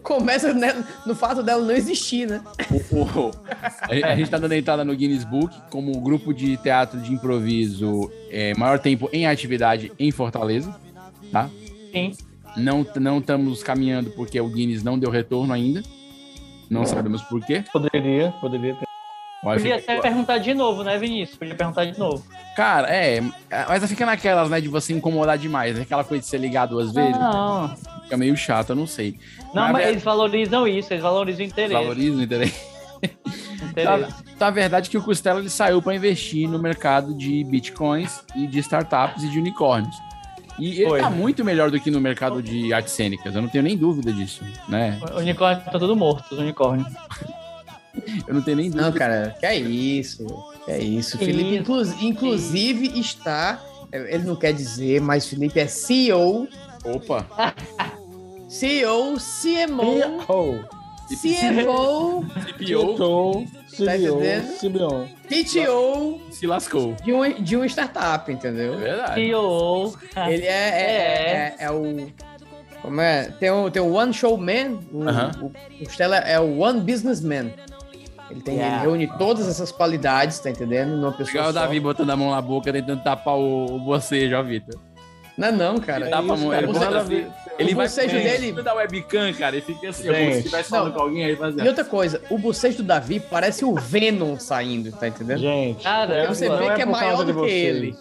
Speaker 4: Começa né, no fato dela não existir, né?
Speaker 1: O- o- a, a gente tá dando entrada no Guinness Book como o grupo de teatro de improviso é, maior tempo em atividade em Fortaleza, tá?
Speaker 2: Sim.
Speaker 1: Não não estamos caminhando porque o Guinness não deu retorno ainda. Não sabemos por quê.
Speaker 3: Poderia, poderia ter.
Speaker 1: Mas
Speaker 2: Podia
Speaker 1: fica-
Speaker 2: até perguntar de novo, né, Vinícius? Podia perguntar de novo.
Speaker 1: Cara, é, mas fica naquelas, né, de você incomodar demais, né? aquela coisa de ser ligado duas vezes,
Speaker 2: Ah, Não,
Speaker 1: fica meio chata, eu não sei.
Speaker 2: não
Speaker 1: Mas
Speaker 2: mas
Speaker 1: é-
Speaker 2: eles valorizam isso, eles valorizam o interesse.
Speaker 1: Valoriza, entendeu?
Speaker 2: interesse.
Speaker 1: Então, a verdade é que o Costela ele saiu para investir no mercado de bitcoins e de startups e de unicórnios. E ele
Speaker 2: Foi.
Speaker 1: tá muito melhor do que no mercado de artes cênicas, eu não tenho nem dúvida disso, né?
Speaker 2: O unicórnio tá todo morto, os unicórnios.
Speaker 1: Eu não tenho nem dúvida.
Speaker 4: cara, que é isso. Que é isso.
Speaker 2: Que
Speaker 4: Felipe,
Speaker 2: isso,
Speaker 4: inclu- inclusive,
Speaker 2: Tá
Speaker 4: está. Ele não quer dizer, mas Felipe é CEO
Speaker 1: Opa!
Speaker 4: CEO, CMO, CFO,
Speaker 1: CPO,
Speaker 4: Tá entendendo?
Speaker 3: CBO.
Speaker 4: CTO
Speaker 1: Se lascou.
Speaker 4: de uma, de uma startup, entendeu? É
Speaker 1: verdade.
Speaker 2: CEO.
Speaker 4: Ele é, é, é, é o. Como é? Tem o, tem o One Showman, o,
Speaker 1: Aham.
Speaker 4: o, o Stella é o One Businessman. Ele, tem,
Speaker 2: Yeah.
Speaker 4: ele reúne todas essas qualidades, tá entendendo? Numa pessoa
Speaker 1: Igual o
Speaker 4: só.
Speaker 1: Davi botando a mão na boca, tentando tapar o, o bocejo, ó, Vitor.
Speaker 4: Não é não, cara.
Speaker 1: Ele
Speaker 3: Tá
Speaker 1: tapa a mão,
Speaker 4: cara,
Speaker 1: ele
Speaker 4: você- tá
Speaker 1: bota assim, Ele
Speaker 4: o
Speaker 1: vai
Speaker 4: bocejo
Speaker 1: pro
Speaker 4: dele-
Speaker 1: canto da webcam, cara, ele fica assim,
Speaker 3: Gente.
Speaker 1: como se estivesse falando
Speaker 4: Não.
Speaker 1: com alguém aí, fazendo.
Speaker 4: E outra coisa, o bocejo do Davi parece o Venom saindo, tá entendendo?
Speaker 3: Gente,
Speaker 2: Caramba.
Speaker 4: Você vê que é
Speaker 3: por
Speaker 4: maior
Speaker 3: causa de
Speaker 4: do que
Speaker 3: vocês.
Speaker 4: ele.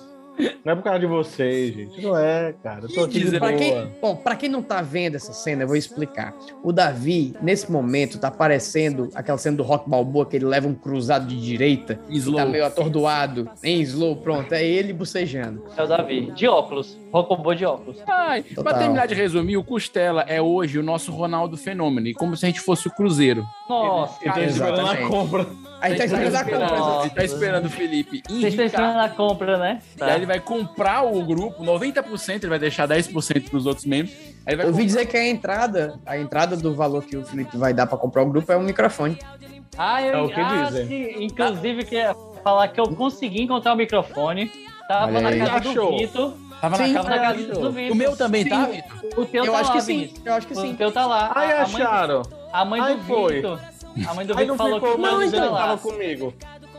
Speaker 3: Não é por causa de vocês, gente. Não é, cara. Eu tô aqui de
Speaker 1: dizer,
Speaker 4: Pra
Speaker 3: boa.
Speaker 4: quem, bom, pra quem não tá vendo essa cena, eu vou explicar. O Davi, nesse momento, tá parecendo aquela cena do Rock Balboa que ele leva um cruzado de direita,
Speaker 1: Slow.
Speaker 4: tá meio atordoado, em slow, pronto, é ele bocejando.
Speaker 2: É o Davi. De óculos. Rocobô de óculos.
Speaker 1: Ai, pra
Speaker 4: Total.
Speaker 1: terminar de resumir, o Costela é hoje o nosso Ronaldo Fenômeno, e como se a gente fosse o Cruzeiro.
Speaker 2: Nossa,
Speaker 3: Eu tô
Speaker 2: cara.
Speaker 3: esperando
Speaker 4: Exatamente.
Speaker 3: a compra.
Speaker 4: Aí tá esperando a compra.
Speaker 1: Ele tá esperando o Felipe
Speaker 2: Vocês
Speaker 1: indicar.
Speaker 2: estão ensinando na compra, né?
Speaker 1: E Aí ele vai comprar o grupo, 90% ele vai deixar 10% pros outros membros. Aí ele vai
Speaker 4: Eu ouvi dizer que a entrada, a entrada do valor que o Felipe vai dar pra comprar o grupo é um microfone.
Speaker 2: Ah, eu,
Speaker 3: É o que
Speaker 2: ah,
Speaker 3: dizem.
Speaker 2: sim, inclusive, queria falar que eu consegui encontrar o microfone. Tava
Speaker 4: Olha
Speaker 2: na
Speaker 4: aí.
Speaker 2: casa
Speaker 3: Achou.
Speaker 2: do Vitor.
Speaker 1: Tava
Speaker 4: Sim,
Speaker 2: Tava na casa do Vitor.
Speaker 1: O meu também, tá,
Speaker 2: Sim,
Speaker 1: Vitor?
Speaker 2: O teu
Speaker 4: eu
Speaker 2: tá
Speaker 4: acho
Speaker 2: lá,
Speaker 4: que sim,
Speaker 2: Vinícius.
Speaker 4: eu acho que
Speaker 2: O
Speaker 4: sim.
Speaker 2: teu tá lá.
Speaker 3: Aí
Speaker 2: A- a mãe do-
Speaker 3: acharam.
Speaker 2: A mãe
Speaker 3: Aí
Speaker 2: do
Speaker 3: foi.
Speaker 2: Vitor. A mãe do
Speaker 3: Aí
Speaker 2: Vitor
Speaker 3: não
Speaker 2: falou
Speaker 3: ficou
Speaker 2: que
Speaker 3: mais
Speaker 2: o
Speaker 3: dizendo
Speaker 2: teu
Speaker 3: que tava
Speaker 2: lá.
Speaker 3: comigo.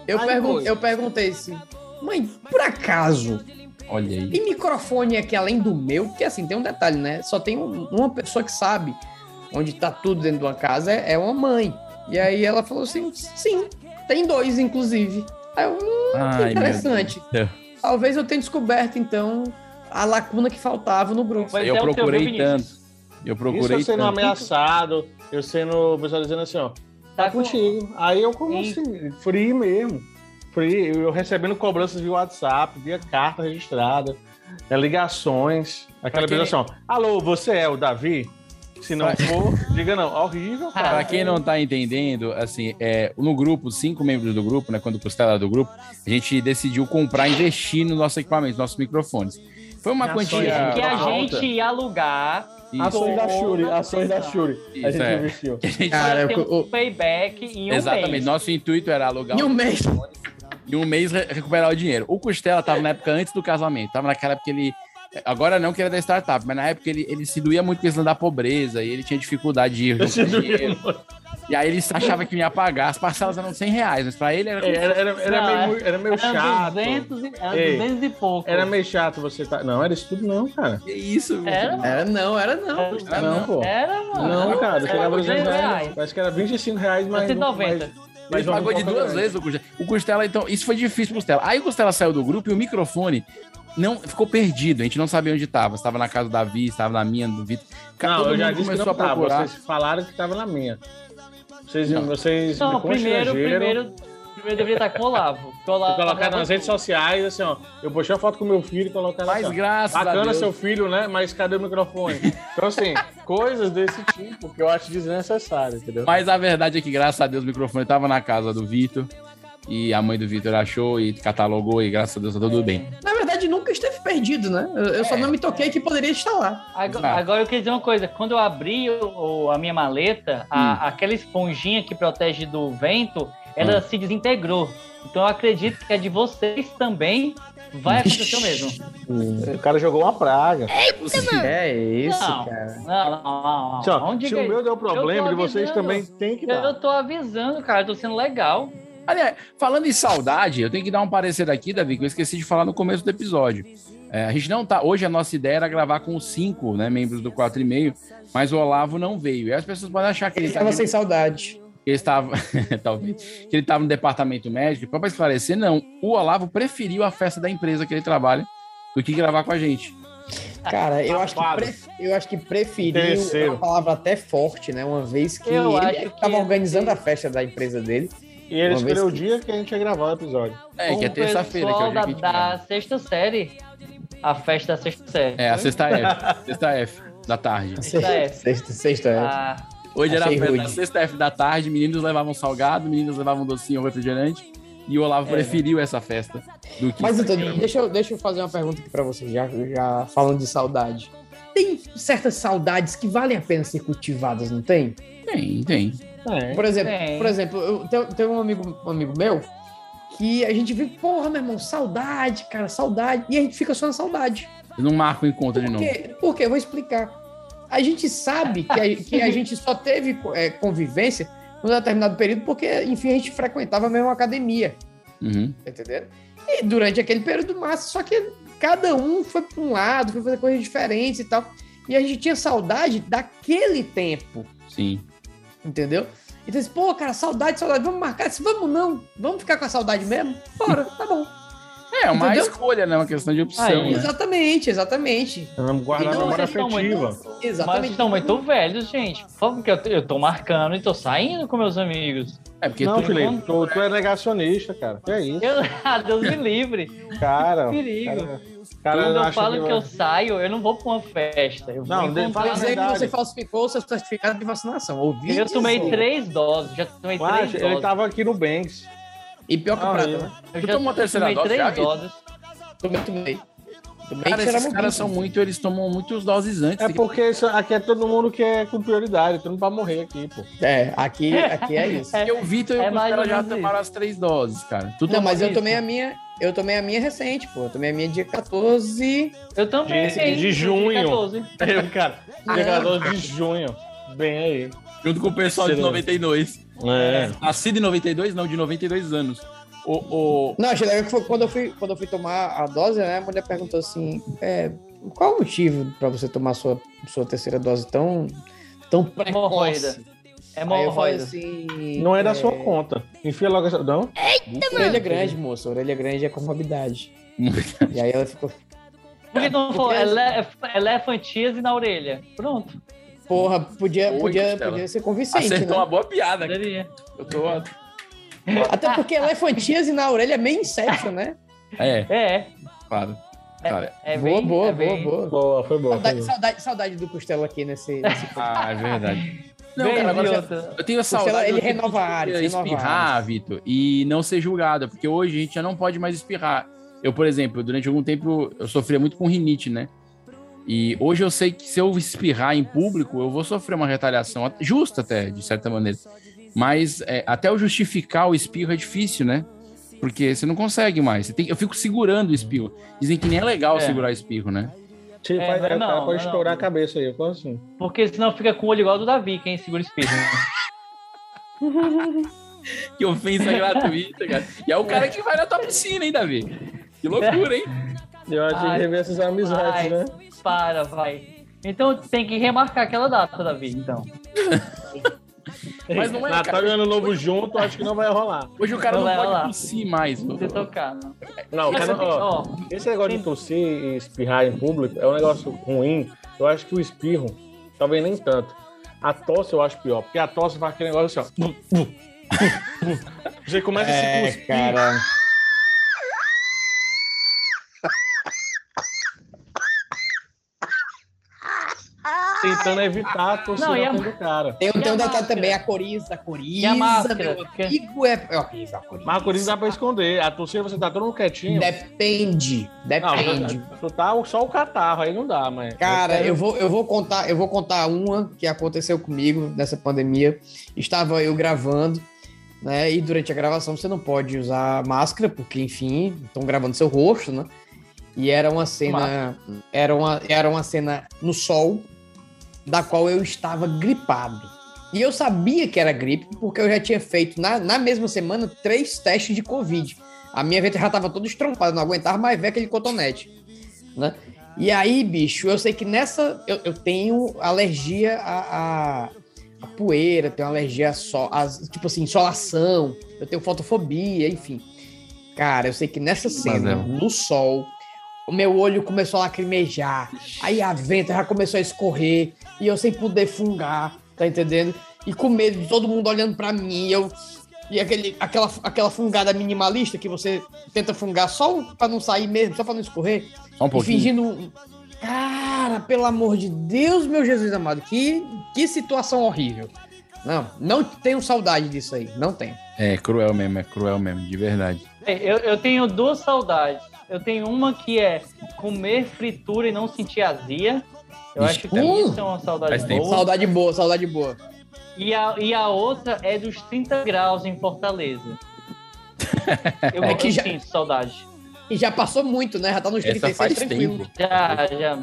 Speaker 4: Eu,
Speaker 3: Ai,
Speaker 4: pergun-
Speaker 3: foi.
Speaker 4: eu perguntei assim, mãe, por acaso,
Speaker 1: Olha aí.
Speaker 4: tem microfone aqui além do meu? Porque assim, tem um detalhe, né? Só tem um- uma pessoa que sabe onde tá tudo dentro de uma casa, é, é uma mãe. E aí ela falou assim, sim, tem dois, inclusive. Aí eu, hum, que
Speaker 1: Ai, meu
Speaker 4: interessante.
Speaker 1: Deus.
Speaker 4: Talvez eu tenha descoberto, então, a lacuna que faltava no grupo.
Speaker 2: Mas
Speaker 1: Eu
Speaker 2: é o teu, viu,
Speaker 1: procurei tanto.
Speaker 2: Vinícius?
Speaker 1: Eu
Speaker 3: Isso eu
Speaker 1: procurei
Speaker 3: sendo
Speaker 1: tanto.
Speaker 3: ameaçado, eu sendo o pessoal dizendo assim, ó,
Speaker 2: Tá
Speaker 3: tá contigo. Aí eu comecei, free mesmo. Free, eu recebendo cobranças via WhatsApp, via carta registrada, né, ligações. Aquela
Speaker 1: Pra quem-
Speaker 3: coisa assim, ó, alô, você é o Davi? Se não for, diga não. Horrível, cara.
Speaker 1: Pra quem não tá entendendo, assim, é, no grupo, cinco membros do grupo, né? Quando o Costela era do grupo, a gente decidiu comprar, investir no nosso equipamento, nos nossos microfones. Foi uma quantia.
Speaker 2: Que a
Speaker 3: tá
Speaker 1: alta.
Speaker 2: gente ia alugar.
Speaker 1: Isso.
Speaker 3: Ações da Shuri, ações da Shuri. a
Speaker 1: Isso,
Speaker 3: gente
Speaker 1: é.
Speaker 3: investiu.
Speaker 4: Cara,
Speaker 2: Cara, ter
Speaker 4: eu-
Speaker 2: um payback em um
Speaker 1: Exatamente.
Speaker 2: mês.
Speaker 1: Nosso intuito era alugar
Speaker 4: Em um
Speaker 1: um-
Speaker 4: mês.
Speaker 1: em um mês re- recuperar o dinheiro. O Costela tava na época antes do casamento, tava naquela época que ele. Agora não que era da startup, mas na época ele, ele se doía muito com questão da pobreza e ele tinha dificuldade de ir junto
Speaker 3: Se
Speaker 1: com
Speaker 3: doía
Speaker 1: dinheiro. E aí ele achava que ia pagar, as parcelas eram 100 reais, mas pra ele era como
Speaker 3: É, Era, era, era
Speaker 2: Não,
Speaker 3: meio, era meio
Speaker 2: Era
Speaker 3: chato.
Speaker 2: 200 e, era
Speaker 3: Ei,
Speaker 2: 200 e pouco.
Speaker 3: Era meio chato você tá. Não, era isso tudo não, cara.
Speaker 1: Que isso,
Speaker 2: Era, mano.
Speaker 4: Era não, era não.
Speaker 2: É.
Speaker 1: Ah,
Speaker 3: não,
Speaker 1: não.
Speaker 3: pô.
Speaker 2: Era, mano.
Speaker 3: Não, cara, chegava
Speaker 2: era
Speaker 3: a 200 reais.
Speaker 2: reais.
Speaker 3: Parece que era 25 reais, mas.
Speaker 2: 190.
Speaker 3: mas-
Speaker 1: Ele
Speaker 3: mas uma
Speaker 1: pagou de
Speaker 3: Coca
Speaker 1: duas
Speaker 3: grande.
Speaker 1: vezes o Costela. O Costela, então, isso foi difícil pro Costela. Aí o Costela saiu do grupo e o microfone não ficou perdido. A gente não sabia onde tava. Estava na casa do Davi, estava na minha, do Vitor. Cara,
Speaker 3: Não,
Speaker 1: todo
Speaker 3: eu já
Speaker 1: mundo
Speaker 3: disse que
Speaker 1: começou
Speaker 3: não
Speaker 1: a
Speaker 3: tava.
Speaker 1: procurar. Tá.
Speaker 3: Vocês falaram que tava na minha. Vocês,
Speaker 1: Não.
Speaker 3: vocês
Speaker 2: Não,
Speaker 3: me
Speaker 2: primeiro,
Speaker 3: constrangeram.
Speaker 2: primeiro, primeiro deveria estar com o Olavo. Porque o
Speaker 3: Me
Speaker 2: Olavo
Speaker 3: colocaram
Speaker 2: tava
Speaker 3: um nas
Speaker 2: com
Speaker 3: redes sociais, assim, ó. Eu postei uma foto com meu filho e colocaram
Speaker 1: Mas
Speaker 3: assim, ó,
Speaker 1: graças a
Speaker 3: Bacana
Speaker 1: Deus.
Speaker 3: seu filho, né? Mas cadê o microfone? Então, assim, coisas desse tipo que eu acho desnecessário, entendeu?
Speaker 1: Mas a verdade é que, graças a Deus, o microfone tava na casa do Vitor. E a mãe do Vitor achou e catalogou. E graças a Deus tá tudo bem.
Speaker 4: Na verdade, nunca esteve perdido, né? Eu, eu só
Speaker 2: É.
Speaker 4: não me toquei que poderia estar lá.
Speaker 2: Agora,
Speaker 1: Exato.
Speaker 2: agora eu queria dizer uma coisa. Quando eu abri o- o- a minha maleta,
Speaker 3: Hum.
Speaker 2: a- aquela esponjinha que protege do vento, ela se desintegrou. Então eu acredito que a de vocês também vai acontecer o mesmo.
Speaker 3: O cara jogou uma praga.
Speaker 4: É isso,
Speaker 2: Não.
Speaker 4: cara.
Speaker 2: Não, não, não. não.
Speaker 3: Assim, ó,
Speaker 2: Onde
Speaker 3: se
Speaker 2: que-
Speaker 3: o meu deu
Speaker 2: Eu
Speaker 3: problema,
Speaker 2: tô
Speaker 3: de vocês
Speaker 2: avisando.
Speaker 3: também tem que
Speaker 2: Eu,
Speaker 3: dar.
Speaker 2: eu tô avisando, cara, eu tô sendo legal.
Speaker 1: Aliás, falando em saudade, eu tenho que dar um parecer aqui, Davi, que eu esqueci de falar no começo do episódio. É, a gente não tá. Hoje a nossa ideia era gravar com cinco, né? Membros do 4,5, mas o Olavo não veio. E as pessoas podem achar que
Speaker 4: Ele
Speaker 1: ele tá
Speaker 4: tava
Speaker 1: de-
Speaker 4: sem saudade.
Speaker 1: que ele estava, talvez, que ele estava no departamento médico, para esclarecer, não, o Olavo preferiu a festa da empresa que ele trabalha do que gravar com a gente.
Speaker 2: Tá.
Speaker 4: Cara, eu acho, que
Speaker 3: Safado.
Speaker 4: pre- eu acho que preferir
Speaker 3: Terceiro.
Speaker 4: uma palavra até forte, né? Uma vez que
Speaker 2: Eu
Speaker 4: ele
Speaker 2: acho que
Speaker 4: tava
Speaker 2: ele-
Speaker 4: organizando a festa da empresa dele.
Speaker 3: E ele
Speaker 4: Uma vez
Speaker 3: escolheu o
Speaker 4: que-
Speaker 3: dia que a gente ia gravar o episódio.
Speaker 1: É, que é
Speaker 2: O
Speaker 1: terça-feira, que é o
Speaker 2: pessoal
Speaker 1: dia
Speaker 2: da,
Speaker 1: que a gente
Speaker 2: da
Speaker 1: grava.
Speaker 2: sexta série. A festa da sexta série.
Speaker 1: É, a sexta F, sexta F da tarde.
Speaker 4: Tá
Speaker 2: Sexta é.
Speaker 4: Sexta, sexta é.
Speaker 2: Ah,
Speaker 1: Hoje era a
Speaker 4: Achei
Speaker 1: festa da
Speaker 4: rude.
Speaker 1: sexta F da tarde, meninos levavam salgado, meninas levavam docinho ou refrigerante, e o
Speaker 4: É.
Speaker 1: Olavo preferiu essa festa do que...
Speaker 4: Mas, Antônio, deixa eu, deixa eu fazer uma pergunta aqui pra você, já, já falando de saudade. tem certas saudades que valem a pena ser cultivadas, não tem?
Speaker 1: Tem, tem.
Speaker 3: é.
Speaker 4: Por exemplo, por exemplo, eu tenho, tenho um amigo, um amigo meu que a gente vive, porra, meu irmão, saudade, cara, saudade, e a gente fica só na saudade.
Speaker 1: Eu não marco o encontro de
Speaker 4: Por
Speaker 1: novo.
Speaker 4: quê? Por quê? Eu vou explicar. A gente sabe que a, que a gente só teve é, convivência num determinado período porque, enfim, a gente frequentava a mesma academia,
Speaker 1: Uhum.
Speaker 4: tá entendendo? E durante aquele período massa, só que cada um foi para um lado, foi fazer coisas diferentes e tal. E a gente tinha saudade daquele tempo,
Speaker 1: Sim.
Speaker 4: entendeu? Então, assim, pô, cara, saudade, saudade, vamos marcar isso? Vamos não, vamos ficar com a saudade mesmo? Bora, tá bom.
Speaker 1: É uma
Speaker 4: Entendeu?
Speaker 1: escolha, né? Uma questão de opção.
Speaker 4: Aí,
Speaker 1: né?
Speaker 4: Exatamente, exatamente.
Speaker 3: Vamos guardar a
Speaker 4: Então,
Speaker 3: memória
Speaker 4: vocês estão
Speaker 3: afetiva.
Speaker 4: Exatamente.
Speaker 2: Mas estão muito velhos, gente. Por favor, Porque eu, eu tô marcando e tô saindo com meus amigos.
Speaker 1: É porque
Speaker 3: Não,
Speaker 2: tu-
Speaker 3: Felipe, tu, tu é negacionista, cara. Que é isso?
Speaker 2: Eu, ah, Deus me livre.
Speaker 3: Cara,
Speaker 2: Perigo.
Speaker 3: cara, cara
Speaker 2: Quando eu
Speaker 3: acha
Speaker 2: falo que,
Speaker 3: vai-
Speaker 2: eu saio, eu não vou pra uma festa. Eu
Speaker 3: Não,
Speaker 2: vou
Speaker 3: de-
Speaker 2: encontrar-
Speaker 3: fala a
Speaker 4: Dizer que
Speaker 3: verdade.
Speaker 4: você falsificou o seu certificado de vacinação. Ouvi
Speaker 2: Eu tomei
Speaker 4: dizer.
Speaker 2: três doses, já tomei três
Speaker 3: Guache, ele tá-
Speaker 2: doses.
Speaker 3: tava aqui no Banks.
Speaker 4: E pior que
Speaker 3: Ah,
Speaker 4: pra
Speaker 3: é.
Speaker 2: Eu
Speaker 1: Tu
Speaker 2: já
Speaker 1: tomou a terceira
Speaker 2: tomei
Speaker 1: dose
Speaker 2: três
Speaker 1: já, Vitor?
Speaker 2: doses.
Speaker 4: Tomei, tomei. Tomei
Speaker 1: Cara,
Speaker 4: que era
Speaker 1: esses caras são
Speaker 4: muito.
Speaker 1: muito, eles tomam muitos doses antes.
Speaker 3: É porque isso, aqui é todo mundo que é com prioridade, tu não vai morrer aqui, pô.
Speaker 4: É, aqui, aqui é isso.
Speaker 2: É,
Speaker 1: Eu, Vitor e
Speaker 2: É
Speaker 1: o
Speaker 2: mais
Speaker 1: Costela
Speaker 2: ou
Speaker 1: já
Speaker 2: menos
Speaker 1: tomaram as três doses, cara. Tu
Speaker 4: Não,
Speaker 1: tomou
Speaker 4: mas eu
Speaker 1: isso?
Speaker 4: tomei a minha. Eu tomei a minha recente, pô. Eu tomei a minha dia 14.
Speaker 2: Eu também.
Speaker 3: De- de junho.
Speaker 2: 14.
Speaker 3: Eu, É, cara,
Speaker 4: Ah.
Speaker 3: dia
Speaker 2: É.
Speaker 3: 14 de junho. Bem aí.
Speaker 1: Junto com o pessoal de
Speaker 3: Sim.
Speaker 1: 92.
Speaker 3: É.
Speaker 1: Nascido em 92? Não, de 92 anos. O, o...
Speaker 4: Não, achei legal que foi quando eu fui, quando eu fui tomar a dose, né? A mulher perguntou assim: é, qual o motivo pra você tomar sua, sua terceira dose tão, tão precoce?
Speaker 2: Hemorroida.
Speaker 4: Aí eu falei
Speaker 2: Hemorroida.
Speaker 4: assim.
Speaker 3: Não é da sua conta. Enfia logo essa. Não?
Speaker 4: Orelha é grande, moça. Orelha grande é comorbidade. e aí ela ficou,
Speaker 2: Por que tu não é falou
Speaker 4: Porque-
Speaker 2: elef- elefantíase na orelha? Pronto.
Speaker 4: porra, podia,
Speaker 1: Oi,
Speaker 4: podia,
Speaker 1: Costela.
Speaker 4: podia ser convincente,
Speaker 1: Acertou
Speaker 4: né?
Speaker 1: uma boa piada. cara.
Speaker 2: Poderia.
Speaker 1: Eu tô...
Speaker 4: Até porque elefantíase na orelha é meio inception, né?
Speaker 1: É,
Speaker 2: É,
Speaker 1: claro. Cara,
Speaker 2: é
Speaker 4: boa,
Speaker 2: bem,
Speaker 4: boa,
Speaker 2: é
Speaker 4: boa,
Speaker 2: bem.
Speaker 4: boa.
Speaker 3: Boa, foi boa. Foi
Speaker 4: Saudade,
Speaker 3: boa.
Speaker 4: saudade, saudade do Costela aqui nesse. nesse...
Speaker 1: ah, é verdade. Não,
Speaker 2: Bem,
Speaker 1: cara, agora já-
Speaker 2: Jota.
Speaker 1: eu tenho
Speaker 4: Costela,
Speaker 1: saudade.
Speaker 4: ele
Speaker 1: eu tenho
Speaker 4: renova
Speaker 1: que
Speaker 4: a área,
Speaker 1: podia
Speaker 4: renova a
Speaker 1: Espirrar,
Speaker 4: área.
Speaker 1: Vitor, e não ser julgada, porque hoje a gente já não pode mais espirrar. Eu, por exemplo, durante algum tempo eu sofria muito com rinite, né? E hoje eu sei que se eu espirrar em público, eu vou sofrer uma retaliação, justa até, de certa maneira. Mas é, até eu justificar o espirro é difícil, né? Porque você não consegue mais. Você tem- eu fico segurando o espirro. Dizem que nem é legal
Speaker 2: É.
Speaker 1: segurar espirro, né?
Speaker 3: Te
Speaker 2: É,
Speaker 3: faz-
Speaker 2: não é
Speaker 3: o cara
Speaker 2: não,
Speaker 3: pode
Speaker 2: não é não.
Speaker 3: estourar a cabeça aí, como assim?
Speaker 2: Porque senão fica com o olho igual ao do Davi, quem segura o espírito.
Speaker 1: Que ofensa gratuita, cara. E é o cara que vai na tua piscina, hein, Davi? Que loucura, hein?
Speaker 3: Eu acho que
Speaker 2: Ai,
Speaker 3: rever essas amizades,
Speaker 2: Ai,
Speaker 3: né?
Speaker 2: Para, vai. Então tem que remarcar aquela data, Davi, então.
Speaker 1: Mas não é,
Speaker 3: né? Natal
Speaker 1: cara.
Speaker 3: e Ano Novo junto, acho que não vai rolar.
Speaker 1: Hoje o cara não
Speaker 2: Vai lá.
Speaker 1: pode tossir mais.
Speaker 2: Você tá tocar, não.
Speaker 3: Não,
Speaker 2: Mas
Speaker 3: cara,
Speaker 2: tem-
Speaker 3: ó,
Speaker 2: ó,
Speaker 3: Esse negócio de tossir e espirrar em público é um negócio ruim. Eu acho que o espirro, talvez nem tanto. A tosse eu acho pior, porque a tosse vai aquele negócio assim, ó. Você começa a se cuspir.
Speaker 4: É, cara.
Speaker 3: tentando evitar a tosse
Speaker 2: Não, e a-
Speaker 3: do cara.
Speaker 4: Tem, um- tem
Speaker 2: E
Speaker 4: um
Speaker 2: a
Speaker 4: detalhe
Speaker 2: máscara?
Speaker 4: também, a coriza, a coriza.
Speaker 2: E a máscara?
Speaker 4: Meu
Speaker 2: Porque-
Speaker 4: amigo é. é horrível, a coriza. é
Speaker 3: Mas a coriza dá pra esconder. A tosse você tá todo mundo quietinho.
Speaker 4: Depende,
Speaker 3: Não,
Speaker 4: depende.
Speaker 3: tu tá só o catarro, aí não dá, mas. é,
Speaker 4: Cara, É, eu vou, eu vou contar, eu vou contar uma que aconteceu comigo nessa pandemia. Estava eu gravando, né? E durante a gravação você não pode usar máscara, porque enfim, estão gravando seu rosto, né? E era uma cena, era uma, era uma cena no sol, da qual eu estava gripado. E eu sabia que era gripe, porque eu já tinha feito na, na mesma semana três testes de Covid. A minha veta já estava toda estrompada, não aguentava mais ver aquele cotonete, né? E aí, bicho, eu sei que nessa. Eu, eu tenho alergia a, a- a poeira, tenho alergia a sol, a- tipo assim, insolação, eu tenho fotofobia, enfim. Cara, eu sei que nessa cena,
Speaker 1: Mas
Speaker 4: no sol, o meu olho começou a lacrimejar, aí a venta já começou a escorrer, e eu sem poder fungar, tá entendendo? E com medo de todo mundo olhando pra mim, e eu. E aquele, aquela, aquela fungada minimalista que você tenta fungar só pra não sair mesmo, só pra não escorrer.
Speaker 1: Só um
Speaker 4: E fingindo. um- Cara, pelo amor de Deus, meu Jesus amado, que, que situação horrível. Não, não tenho saudade disso aí, não tenho.
Speaker 1: É cruel mesmo, é cruel mesmo, de verdade.
Speaker 2: eu, eu tenho duas saudades. Eu tenho uma que é comer fritura e não sentir azia. Eu acho que isso é uma saudade
Speaker 4: Faz tempo.
Speaker 2: boa.
Speaker 4: Saudade boa, saudade boa.
Speaker 2: E a, e a outra é dos 30 graus em Fortaleza. Eu
Speaker 4: É que já-
Speaker 2: sinto saudade.
Speaker 4: E já passou muito, né? Já tá nos 36 é tranquilo.
Speaker 2: Já, já.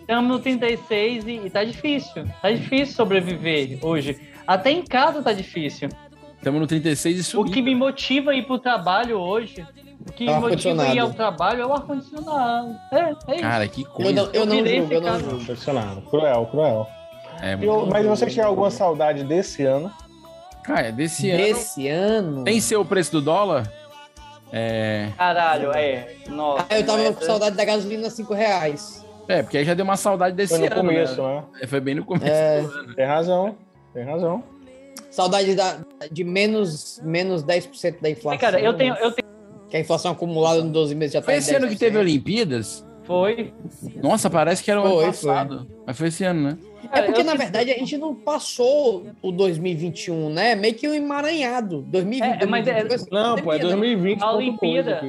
Speaker 2: Estamos no 36 e, e tá difícil. Tá difícil sobreviver hoje. Até em casa tá difícil.
Speaker 1: Estamos no 36 e
Speaker 2: O que
Speaker 4: né?
Speaker 2: me motiva a ir pro trabalho hoje, o que
Speaker 1: É o
Speaker 2: me motiva a
Speaker 1: ar-condicionado.
Speaker 2: ir ao trabalho é o ar-condicionado. É, é isso.
Speaker 1: Cara, que coisa.
Speaker 2: virei esse cara.
Speaker 3: Impressionado. Cruel, cruel.
Speaker 1: É,
Speaker 3: E eu- mas vocês tinham alguma saudade desse ano?
Speaker 1: Cara, desse ano.
Speaker 4: Desse ano.
Speaker 1: Tem seu preço do dólar? É.
Speaker 2: Caralho, é. Nossa.
Speaker 4: Ah, eu tava
Speaker 2: essa-
Speaker 4: com saudade da gasolina 5 reais.
Speaker 1: É, porque aí já deu uma saudade desse
Speaker 4: Foi no
Speaker 1: ano.
Speaker 4: começo,
Speaker 1: né? É, Foi bem no começo
Speaker 4: É.
Speaker 1: do ano.
Speaker 3: Tem razão, tem razão.
Speaker 4: Saudade da, de menos, menos 10% da inflação.
Speaker 2: Cara, eu tenho. Eu tenho...
Speaker 4: Que a inflação acumulada em 12 meses já tá
Speaker 1: Foi
Speaker 4: em
Speaker 1: esse ano que
Speaker 4: 10%.
Speaker 1: teve Olimpíadas?
Speaker 2: Foi.
Speaker 1: Nossa, parece que era o
Speaker 4: Foi,
Speaker 1: ano passado. Mas foi esse ano, né?
Speaker 4: É porque, na verdade, a gente não passou o 2021, né? Meio que um emaranhado. 2020,
Speaker 2: É, mas é-
Speaker 4: 2021,
Speaker 2: Não,
Speaker 3: pô, é 2020.
Speaker 2: A Olimpíada.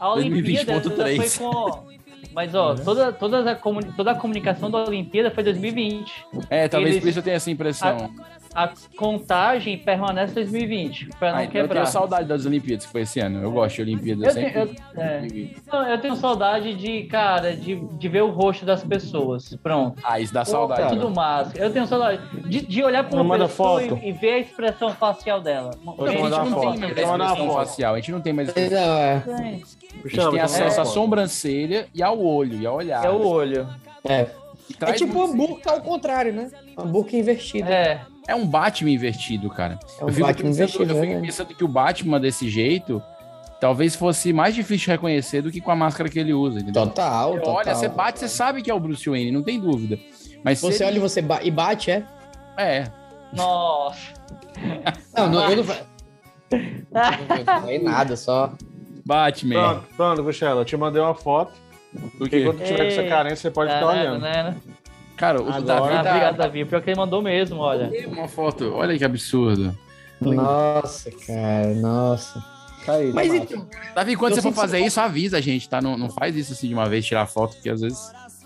Speaker 2: A Olimpíada essa
Speaker 1: 2020.3.
Speaker 2: foi com. Mas ó,
Speaker 4: Uhum.
Speaker 2: toda, todas a comuni- toda a comunicação da Olimpíada foi 2020.
Speaker 1: É, talvez
Speaker 2: Eles-
Speaker 1: por isso eu tenha essa impressão.
Speaker 2: A, a contagem permanece 2020, pra não
Speaker 1: Ah, então eu
Speaker 2: quebrar.
Speaker 1: tenho saudade das Olimpíadas que foi esse ano. Eu gosto de Olimpíadas
Speaker 2: Eu
Speaker 1: sempre.
Speaker 2: tenho- eu- é. Não, eu tenho saudade de, cara, de, de ver o rosto das pessoas. Pronto.
Speaker 1: Ah, isso dá
Speaker 2: Pô,
Speaker 1: saudade.
Speaker 2: Tudo
Speaker 1: né?
Speaker 2: máscara. Eu tenho saudade de, de olhar pra
Speaker 1: Não
Speaker 2: uma
Speaker 1: manda
Speaker 2: pessoa
Speaker 1: foto.
Speaker 2: e, e ver a expressão facial dela.
Speaker 1: Não, a gente não tem mais
Speaker 2: Tem uma
Speaker 1: expressão
Speaker 2: foto.
Speaker 1: facial. A gente não tem mais. um.
Speaker 2: Tem.
Speaker 1: A gente tem
Speaker 3: então,
Speaker 1: acesso à sobrancelha e ao olho, e ao olhar.
Speaker 2: É o olho.
Speaker 4: É.
Speaker 1: E
Speaker 4: É
Speaker 1: traz
Speaker 4: tipo um hambúrguer ao contrário, né? Hambúrguer invertido.
Speaker 2: É.
Speaker 1: É um Batman invertido, cara.
Speaker 4: É um
Speaker 1: eu fico,
Speaker 4: Batman
Speaker 1: pensando,
Speaker 4: invertido,
Speaker 1: eu
Speaker 4: né,
Speaker 1: fico
Speaker 4: velho?
Speaker 1: pensando que o Batman desse jeito talvez fosse mais difícil de reconhecer do que com a máscara que ele usa. Entendeu?
Speaker 4: Total,
Speaker 1: Você
Speaker 4: total.
Speaker 1: Olha, você bate, você sabe que é o Bruce Wayne, não tem dúvida. Mas se
Speaker 4: Você
Speaker 1: ele-
Speaker 4: olha e você ba- e bate, é?
Speaker 1: É.
Speaker 2: Nossa.
Speaker 4: Não, não, eu não fa- eu não falei nada, só.
Speaker 1: Batman.
Speaker 3: Pronto, pronto, Michel, eu te mandei uma foto.
Speaker 1: quê?
Speaker 3: Porque quando tiver com essa
Speaker 2: Ei,
Speaker 3: carência, você pode ficar
Speaker 2: caraca,
Speaker 3: olhando.
Speaker 2: Né?
Speaker 1: Cara, o
Speaker 2: Agora,
Speaker 1: Davi tá-
Speaker 2: Obrigado, Davi. Pior que ele mandou mesmo,
Speaker 4: É.
Speaker 2: olha.
Speaker 1: Uma foto, olha que absurdo.
Speaker 4: Nossa, cara, nossa.
Speaker 3: Tá
Speaker 1: É.
Speaker 4: Mas então.
Speaker 1: Davi, quando
Speaker 4: Eu
Speaker 1: você for
Speaker 4: sinto-
Speaker 1: fazer isso, avisa a gente, tá? Não, não faz isso assim de uma vez, tirar foto, porque às vezes.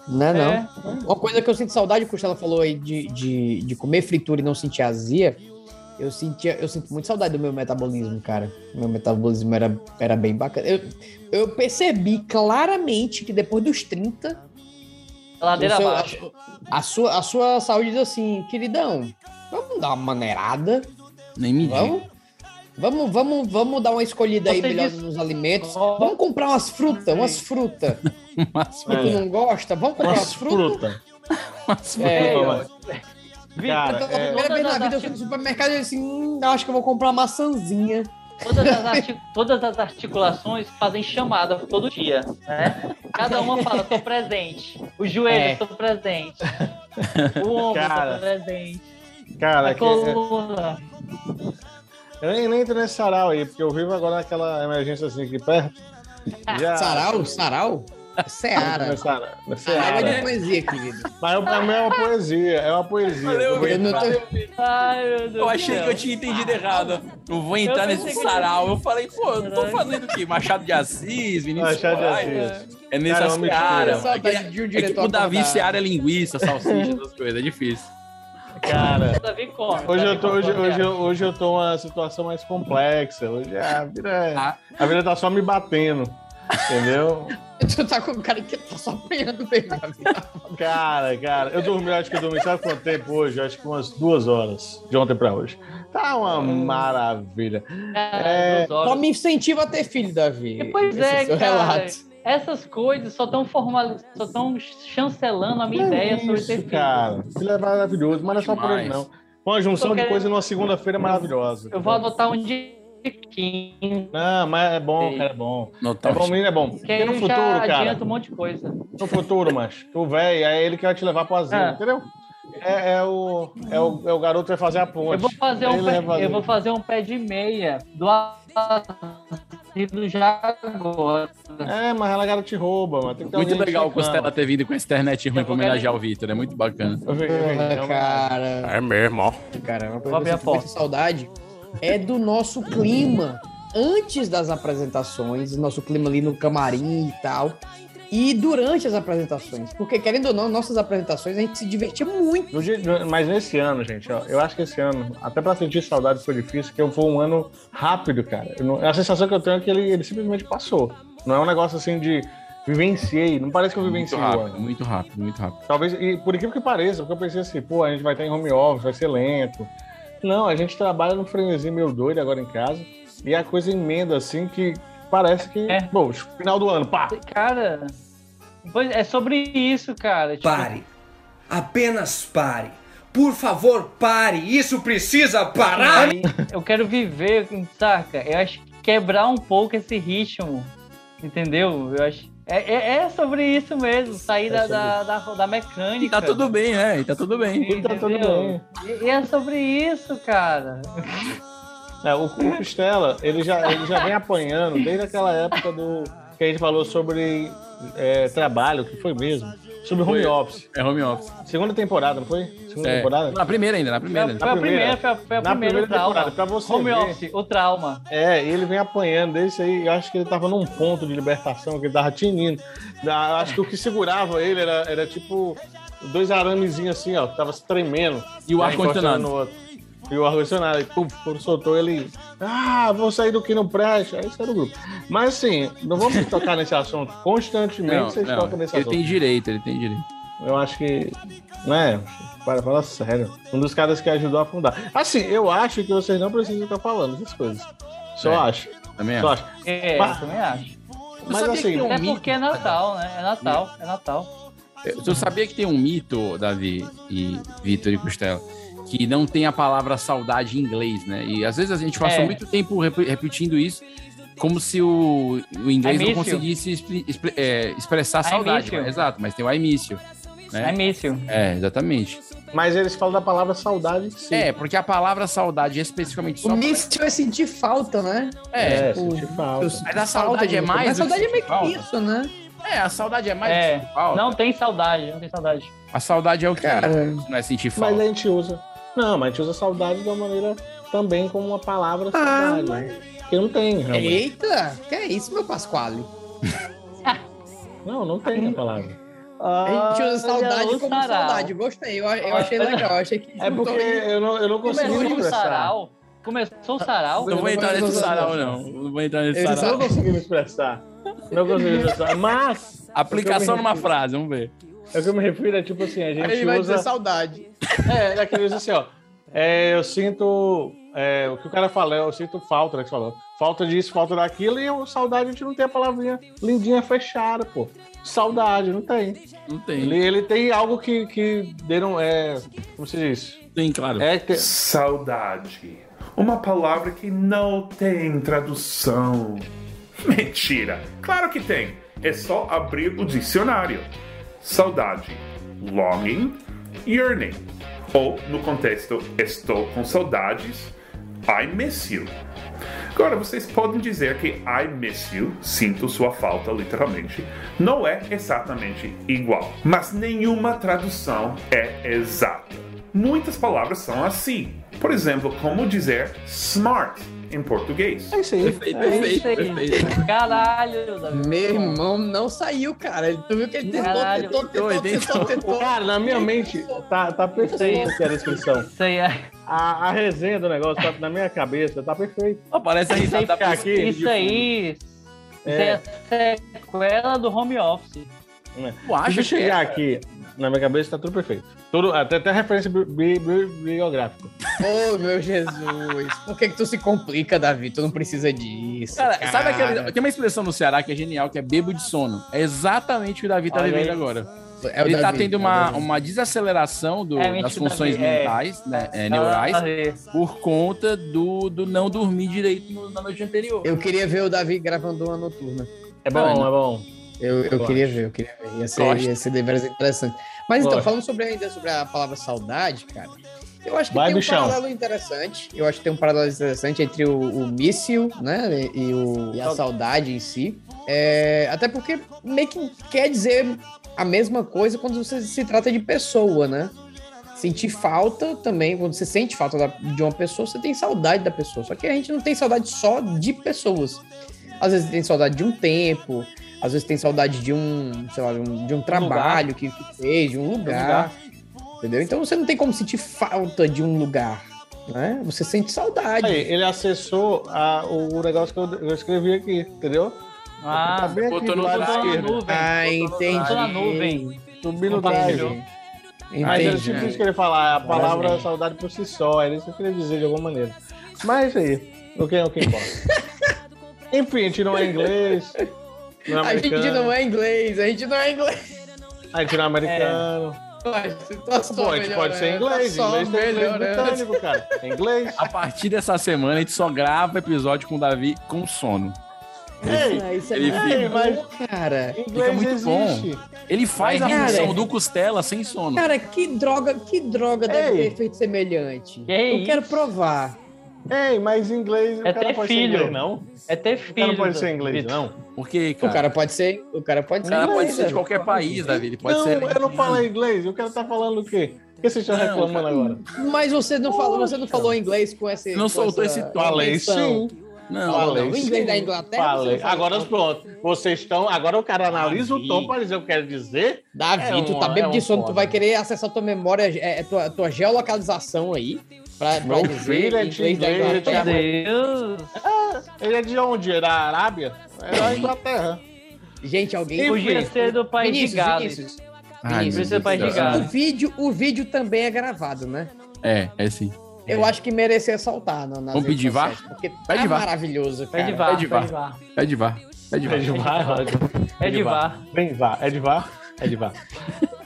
Speaker 4: Né,
Speaker 1: É,
Speaker 4: não.
Speaker 2: É,
Speaker 4: Uma coisa que eu sinto saudade, que o Costela falou aí de, de, de comer fritura e não sentir azia, eu, sentia, eu sinto muito saudade do meu metabolismo, cara. Meu metabolismo era, era bem bacana. Eu, eu percebi claramente que depois dos 30,
Speaker 2: Ladeira
Speaker 4: o seu-
Speaker 2: abaixo.
Speaker 4: a sua, a sua saúde diz assim, queridão, vamos dar uma maneirada.
Speaker 1: Nem me
Speaker 4: vamos, vamos, vamos, vamos dar uma escolhida aí
Speaker 2: Você
Speaker 4: melhor
Speaker 2: diz-
Speaker 4: nos alimentos. Vamos comprar umas frutas, umas frutas.
Speaker 1: Mas,
Speaker 4: Que tu não gosta? Vamos comprar umas, frutas. É, ó.
Speaker 3: Cara,
Speaker 4: Pela
Speaker 3: é-
Speaker 4: primeira vez na vida eu fui no supermercado e eu assim, hum, acho que eu vou comprar uma maçãzinha.
Speaker 2: Todas as, arti- todas as articulações fazem chamada todo dia, né? Cada uma fala, tô presente. O joelho,
Speaker 3: É.
Speaker 2: tô presente. O ombro,
Speaker 3: Cara,
Speaker 2: tô presente.
Speaker 3: Cara,
Speaker 2: a
Speaker 3: que- é-
Speaker 2: coluna.
Speaker 3: eu nem, nem entro nesse sarau aí, porque eu vivo agora naquela emergência assim aqui perto. Já...
Speaker 4: Sarau? Sarau? Seara.
Speaker 3: Não é sarau, é
Speaker 4: Água de
Speaker 3: Seara.
Speaker 4: poesia, querido.
Speaker 3: Mas eu- pra mim é uma poesia, é uma poesia. Eu vou
Speaker 4: eu não
Speaker 3: entrar.
Speaker 4: tô-
Speaker 2: Ai, meu Deus.
Speaker 1: Eu achei
Speaker 2: do
Speaker 1: que eu
Speaker 2: céu.
Speaker 1: tinha entendido errado. Não vou entrar
Speaker 2: Eu pensei
Speaker 1: nesse
Speaker 2: que-
Speaker 1: sarau. Eu falei, pô, eu tô fazendo o quê? Machado de Assis, Vinícius
Speaker 3: Machado de
Speaker 1: Moraes?
Speaker 3: Assis.
Speaker 1: É nessa
Speaker 3: Cara, eu me-
Speaker 1: seara.
Speaker 3: Eu
Speaker 1: mano. É que,
Speaker 4: saudade de um
Speaker 1: é que
Speaker 4: diretor
Speaker 1: o Davi
Speaker 4: acordado.
Speaker 1: seara é linguiça, salsicha, essas coisas. É difícil.
Speaker 3: Cara,
Speaker 2: Davi come,
Speaker 3: hoje
Speaker 2: Davi
Speaker 3: eu tô,
Speaker 2: come
Speaker 3: hoje, hoje,
Speaker 2: piada.
Speaker 3: eu- hoje eu tô uma situação mais complexa. Hoje a vida, é-
Speaker 1: Ah.
Speaker 3: a vida tá só me batendo. Entendeu?
Speaker 4: Tu tá com o cara que tá só apanhando bem.
Speaker 3: Cara, cara, eu dormi, acho que eu dormi, sabe quanto tempo hoje? Acho que umas duas horas, de ontem pra hoje. Tá uma
Speaker 2: Hum.
Speaker 3: maravilha.
Speaker 2: Cara,
Speaker 3: É,
Speaker 2: dos olhos.
Speaker 4: Só me incentiva a ter filho, Davi.
Speaker 2: Pois
Speaker 4: Esse
Speaker 2: é,
Speaker 4: seu
Speaker 2: cara. Essas coisas só estão formal... só tão chancelando a minha
Speaker 3: É
Speaker 2: ideia sobre ter
Speaker 3: isso,
Speaker 2: filho.
Speaker 3: cara. Filho é maravilhoso, mas não é só por ele,
Speaker 1: Demais.
Speaker 3: não. Foi uma junção
Speaker 2: Tô
Speaker 3: de
Speaker 2: querendo-
Speaker 3: coisa numa segunda-feira é maravilhosa.
Speaker 2: Eu vou adotar um de quinto.
Speaker 3: Não, mas é bom, cara, é bom.
Speaker 1: Não, tá
Speaker 3: É bom, menino, é bom.
Speaker 2: Que
Speaker 3: Porque
Speaker 2: Então, aí
Speaker 3: no
Speaker 2: eu
Speaker 3: futuro,
Speaker 2: já
Speaker 3: cara,
Speaker 2: adianta um monte de coisa.
Speaker 3: no futuro, macho, tu velho, é ele que vai te levar pro asilo,
Speaker 2: É.
Speaker 3: entendeu? É, é o, é, o, é o garoto que vai fazer a ponte.
Speaker 2: Eu vou fazer,
Speaker 3: Ele
Speaker 2: um
Speaker 3: vai
Speaker 2: pé, eu vou fazer um pé de meia do asilo já agora.
Speaker 3: É, mas ela garoto te rouba, mano. Tem que ter
Speaker 1: Muito
Speaker 3: alguém
Speaker 1: legal o
Speaker 3: checando.
Speaker 1: Costela ter vindo com essa internet ruim pra homenagear o Vitor. É muito bacana.
Speaker 3: Eu vi, eu vi, é uma-
Speaker 4: cara.
Speaker 1: É mesmo, ó.
Speaker 4: Cara, uma
Speaker 2: Vou
Speaker 4: coisa que
Speaker 2: abrir
Speaker 4: eu
Speaker 2: a
Speaker 4: sinto muita
Speaker 2: porta.
Speaker 4: saudade é do nosso clima antes das apresentações, nosso clima ali no camarim e tal. e durante as apresentações. Porque, querendo ou não, nossas apresentações a gente se divertia muito.
Speaker 3: No dia- no- mas nesse ano, gente, ó, eu acho que esse ano, até pra sentir saudade foi difícil, que foi um ano rápido, cara. Eu não- a sensação que eu tenho é que ele, ele simplesmente passou. Não é um negócio assim de vivenciei, não parece que eu
Speaker 1: Muito
Speaker 3: vivenciei o
Speaker 1: rápido,
Speaker 3: ano.
Speaker 1: muito rápido, muito rápido.
Speaker 3: Talvez, e por incrível que pareça, porque eu pensei assim, pô, a gente vai estar em home office, vai ser lento. Não, a gente trabalha num frenesim meio doido agora em casa, e a coisa emenda assim que parece que, bom, final do ano, pá!
Speaker 2: Cara, pois é sobre isso, cara. Tipo,
Speaker 12: Pare. Apenas pare. Por favor, pare. Isso precisa parar.
Speaker 2: Aí, Eu quero viver, saca? Eu acho que quebrar um pouco esse ritmo, entendeu? Eu acho. É, é- é sobre isso mesmo,
Speaker 3: É
Speaker 2: sair da,
Speaker 1: sobre
Speaker 2: da, da, da mecânica.
Speaker 1: E tá tudo bem, é, e tá tudo bem.
Speaker 2: E tá tudo Entendeu? E, e é sobre isso, cara.
Speaker 3: Tá É, o, o Costela, ele já, ele já vem apanhando desde aquela época do que a gente falou sobre é, trabalho, que foi mesmo. Sobre home
Speaker 1: Foi.
Speaker 3: office.
Speaker 1: É home office.
Speaker 3: Segunda temporada, não foi? Segunda
Speaker 1: É.
Speaker 3: temporada?
Speaker 1: Na primeira ainda, na primeira.
Speaker 2: Foi a primeira, foi a, foi a
Speaker 3: Na
Speaker 2: primeira,
Speaker 3: primeira
Speaker 2: trauma.
Speaker 3: temporada, pra você
Speaker 2: Home
Speaker 3: ver.
Speaker 2: office, o trauma.
Speaker 3: É, e ele vem apanhando desde aí. Eu acho que ele tava num ponto de libertação, que ele tava tinindo. Ah, Eu acho que o que segurava ele era, era tipo dois aramezinhos assim, ó, que tava tremendo.
Speaker 1: E o
Speaker 3: Né,
Speaker 1: ar-condicionado.
Speaker 3: encostando no outro. E o ar-condicionado, e puf, quando soltou ele, ah, vou sair do que não presta. Aí saiu do grupo. Mas assim, não vamos tocar nesse assunto constantemente,
Speaker 1: Não,
Speaker 3: vocês
Speaker 1: não,
Speaker 3: tocam nesse
Speaker 1: ele
Speaker 3: assunto.
Speaker 1: tem direito, ele tem direito.
Speaker 3: Eu acho que. Né? Para, fala sério. Um dos caras que ajudou a fundar. Assim, eu acho que vocês não precisam estar falando essas coisas. Só
Speaker 1: É,
Speaker 3: acho.
Speaker 1: também
Speaker 3: Só
Speaker 1: acho.
Speaker 2: É,
Speaker 3: Mas-
Speaker 2: eu também acho.
Speaker 3: Mas assim,
Speaker 2: é porque é Natal, né? É Natal, é Natal.
Speaker 1: Tu sabia que tem um mito, Davi e Vitor e Costela, que não tem a palavra saudade em inglês, né? E às vezes a gente passa
Speaker 2: É.
Speaker 1: muito tempo rep- repetindo isso, como se o, o inglês
Speaker 2: I
Speaker 1: não
Speaker 2: miss you.
Speaker 1: conseguisse expre- expre- é, expressar
Speaker 2: I
Speaker 1: saudade.
Speaker 2: miss you.
Speaker 1: mas- exato, mas tem o I miss you, né?
Speaker 2: É míssil.
Speaker 1: É, exatamente.
Speaker 3: Mas eles falam da palavra saudade sim.
Speaker 1: É, porque a palavra saudade é especificamente
Speaker 4: O
Speaker 1: só.
Speaker 4: míssil é sentir falta, né?
Speaker 1: É,
Speaker 4: Tipo,
Speaker 3: senti falta.
Speaker 4: eu sinto
Speaker 1: Mas a
Speaker 4: falta
Speaker 1: saudade
Speaker 4: de
Speaker 1: é
Speaker 4: você.
Speaker 1: mais.
Speaker 4: Mas a
Speaker 1: do que
Speaker 4: saudade é meio
Speaker 1: sentir
Speaker 4: que
Speaker 1: falta.
Speaker 4: isso, né?
Speaker 1: É, a saudade é mais. do que
Speaker 2: É,
Speaker 1: sentir falta.
Speaker 2: não tem saudade, não tem saudade.
Speaker 1: A saudade é o que?
Speaker 4: Cara,
Speaker 1: Não é sentir falta.
Speaker 3: Mas a gente usa. Não, mas a gente usa saudade de uma maneira também como uma
Speaker 4: Ah,
Speaker 3: palavra saudade. né? Que não tem, realmente.
Speaker 4: Eita, que é isso, meu Pasquale?
Speaker 3: Não, não tem a palavra.
Speaker 4: É.
Speaker 3: Ah,
Speaker 4: a gente usa saudade
Speaker 2: o
Speaker 4: como
Speaker 2: sarau.
Speaker 4: saudade. Gostei, eu, eu achei legal. eu achei que
Speaker 3: É porque eu não, eu não
Speaker 4: é
Speaker 3: consigo
Speaker 2: Começou o
Speaker 3: expressar.
Speaker 2: sarau. Começou o sarau.
Speaker 1: Não vou entrar nesse sarau, não. Não vou entrar nesse
Speaker 3: Eu
Speaker 1: sarau.
Speaker 3: não consegui me expressar. Não consegui me expressar. Mas.
Speaker 1: Aplicação
Speaker 3: eu me
Speaker 1: numa
Speaker 3: refiro-
Speaker 1: frase, vamos ver.
Speaker 3: É o que eu me refiro, é tipo assim, a gente
Speaker 4: Ele vai
Speaker 3: usa.
Speaker 4: dizer saudade.
Speaker 3: É, é aquele usa assim, ó. É, eu sinto. é, o que o cara falou, eu sinto falta, né? Que falou. Falta disso, falta daquilo, e eu, saudade, a gente não tem a palavrinha lindinha fechada, pô. Saudade, não tem.
Speaker 1: Não tem.
Speaker 3: Ele, ele tem algo que, que deram. É, como se diz?
Speaker 1: Tem, claro.
Speaker 3: É, que-
Speaker 13: Saudade. Uma palavra que não tem tradução. Mentira! Claro que tem! É só abrir o dicionário. Saudade. Longing, yearning. Ou, no contexto, estou com saudades, I miss you. Agora, vocês podem dizer que I miss you, sinto sua falta, literalmente, não é exatamente igual. Mas nenhuma tradução é exata. Muitas palavras são assim. Por exemplo, como dizer smart em português.
Speaker 3: É isso aí.
Speaker 1: Perfeito, perfeito, perfeito.
Speaker 2: Caralho, Davi.
Speaker 4: Meu irmão não saiu, cara. Ele- Tu viu que ele tentou,
Speaker 2: Caralho.
Speaker 4: tentou, tentou,
Speaker 1: tá
Speaker 4: tentou, tentou.
Speaker 3: Cara, na minha mente, tá, tá perfeito aqui a descrição.
Speaker 2: Isso aí é.
Speaker 3: A, a resenha do negócio tá na minha cabeça, tá perfeito.
Speaker 1: Aparece a risada da
Speaker 3: Fica
Speaker 1: pessoa.
Speaker 3: aqui.
Speaker 2: Isso aí. Isso aí é a sequela do home office.
Speaker 1: Tu
Speaker 3: Deixa
Speaker 1: acha
Speaker 3: eu
Speaker 1: que é?
Speaker 3: chegar aqui, na minha cabeça tá tudo perfeito. Tudo, até, até referência bi- bi- bi- bibliográfica.
Speaker 4: Oh, meu Jesus. Por que, que tu se complica, Davi? Tu não precisa disso.
Speaker 1: Cara,
Speaker 4: cara.
Speaker 1: sabe aquele. Tem uma expressão no Ceará que é genial, que é bebo de sono. É exatamente o que o Davi tá
Speaker 3: Olha
Speaker 1: vivendo
Speaker 3: aí.
Speaker 1: agora.
Speaker 4: É o
Speaker 1: Ele tá
Speaker 4: Davi,
Speaker 1: tendo
Speaker 4: é o
Speaker 1: uma,
Speaker 4: Davi.
Speaker 1: uma desaceleração do-
Speaker 2: É,
Speaker 1: das
Speaker 2: mentira,
Speaker 1: funções
Speaker 2: Davi, é.
Speaker 1: mentais, né, é,
Speaker 2: Ah,
Speaker 1: neurais,
Speaker 2: Davi.
Speaker 1: por conta do, do não dormir direito no- na noite anterior.
Speaker 4: Eu queria ver o Davi gravando uma noturna.
Speaker 3: É bom,
Speaker 1: Mano.
Speaker 3: é bom.
Speaker 4: Eu, eu
Speaker 3: Gosto.
Speaker 4: queria ver, eu queria ver. Ia ser,
Speaker 1: Gosto.
Speaker 4: ia ser deveras interessante. Mas então,
Speaker 3: Gosto.
Speaker 4: falando sobre ainda sobre a palavra saudade, cara, eu acho que
Speaker 3: Vai,
Speaker 4: tem um
Speaker 3: bichão.
Speaker 4: paralelo interessante. Eu acho que tem um paralelo interessante entre o, o míssil, né? E, o, e a saudade em si. É, até porque meio que quer dizer a mesma coisa quando você se trata de pessoa, né? Sentir falta também, quando você sente falta da- de uma pessoa, você tem saudade da pessoa. Só que a gente não tem saudade só de pessoas. Às vezes tem saudade de um tempo, Às vezes tem saudade de um, sei lá, de um, de um trabalho que fez, de um lugar,
Speaker 3: Um
Speaker 4: Entendeu? Então você não tem como sentir falta de um lugar. Né? Você sente saudade.
Speaker 3: Aí, ele acessou a- o negócio que eu, eu escrevi aqui, entendeu?
Speaker 2: Ah,
Speaker 3: Tá bem aqui
Speaker 2: botou
Speaker 3: do
Speaker 2: no
Speaker 3: lado
Speaker 2: lugar.
Speaker 3: esquerdo.
Speaker 2: Botou na nuvem.
Speaker 4: Ah,
Speaker 2: Botou na
Speaker 4: entendi.
Speaker 2: nuvem.
Speaker 3: Subiu no
Speaker 2: Compartilhou.
Speaker 3: drive. Mas era tipo isso que ele falar, a palavra
Speaker 4: Maravilha.
Speaker 3: saudade por si só, era isso que eu queria dizer de alguma maneira. Mas é isso aí, o que, o que importa. Enfim, a gente não é inglês, não é
Speaker 4: a gente
Speaker 3: americano,
Speaker 4: não é inglês, a gente não é inglês. tá
Speaker 3: a gente não é americano. Pô, a gente pode ser
Speaker 4: é.
Speaker 3: inglês, inglês tem inglês britânico, cara. Tem inglês.
Speaker 1: A partir dessa semana, a gente só grava episódio com o Davi com sono.
Speaker 4: Ei, isso é
Speaker 1: Ele
Speaker 4: maravilhoso, cara.
Speaker 1: Fica muito bom. Ele faz
Speaker 4: Mas,
Speaker 1: a
Speaker 4: cara,
Speaker 1: função do Costela sem sono.
Speaker 4: Cara, que droga, que droga deve
Speaker 3: Ei.
Speaker 4: ter feito semelhante.
Speaker 2: é
Speaker 4: Eu
Speaker 2: isso?
Speaker 4: quero provar.
Speaker 3: Ei, mas inglês. o
Speaker 2: É
Speaker 3: cara
Speaker 2: ter
Speaker 3: pode ser
Speaker 2: filho.
Speaker 3: inglês, não?
Speaker 2: É ter
Speaker 3: O cara
Speaker 2: filho.
Speaker 3: não pode ser
Speaker 2: Vitor.
Speaker 3: inglês, não.
Speaker 1: Por quê,
Speaker 4: O cara pode ser, o cara pode
Speaker 1: O
Speaker 4: ser,
Speaker 1: cara
Speaker 4: inglês,
Speaker 1: pode ser de
Speaker 4: né?
Speaker 1: qualquer país, Davi. Ele pode
Speaker 3: não,
Speaker 1: ser.
Speaker 3: eu não falei inglês. O cara tá falando o quê? O que vocês estão
Speaker 1: Não,
Speaker 3: reclamando agora?
Speaker 4: Mas você não falou, você não falou inglês com esse
Speaker 1: Não
Speaker 4: com
Speaker 1: soltou
Speaker 4: essa
Speaker 1: esse tom.
Speaker 3: Falei
Speaker 4: intenção.
Speaker 3: sim.
Speaker 1: Não,
Speaker 3: falei
Speaker 4: não, o
Speaker 3: sim.
Speaker 4: inglês da Inglaterra,
Speaker 3: Falei.
Speaker 4: você falou.
Speaker 3: Agora pronto. Vocês estão. Agora o cara analisa o tom para dizer o que eu quero dizer.
Speaker 4: Davi,
Speaker 3: É
Speaker 4: tu
Speaker 3: um-
Speaker 4: tá bem
Speaker 3: é um
Speaker 4: de sono, tu
Speaker 3: foda.
Speaker 4: vai querer acessar tua memória, é, é tua, tua geolocalização aí, pra, pra
Speaker 3: Meu
Speaker 4: dizer
Speaker 3: filho é de
Speaker 4: inglês da
Speaker 3: inglês,
Speaker 4: Inglaterra.
Speaker 2: Meu Deus.
Speaker 3: Ele é de onde? Era a Arábia? Era a Inglaterra. é
Speaker 4: Gente, alguém
Speaker 2: Podia ser do país de
Speaker 4: Vinícius,
Speaker 2: Gales.
Speaker 4: Vinícius,
Speaker 1: Ai, meu
Speaker 2: Podia
Speaker 1: Deus
Speaker 2: ser do país
Speaker 1: do
Speaker 2: de
Speaker 1: céu.
Speaker 4: O
Speaker 2: Gales.
Speaker 4: vídeo, o vídeo também é gravado, né?
Speaker 1: É, é sim.
Speaker 4: Eu acho que merecia saltar. Na, nas
Speaker 1: Vamos
Speaker 4: redes
Speaker 1: pedir
Speaker 4: sociais, Porque
Speaker 1: Pede
Speaker 4: tá
Speaker 1: vá.
Speaker 4: maravilhoso, cara.
Speaker 2: É de vá,
Speaker 1: é
Speaker 2: é
Speaker 1: de
Speaker 2: de
Speaker 1: vá.
Speaker 2: vá.
Speaker 1: Pede vá. Pede vá.
Speaker 3: É
Speaker 2: É de
Speaker 3: de vá.
Speaker 2: vá.
Speaker 3: Vem vá. É de vá. É de vá.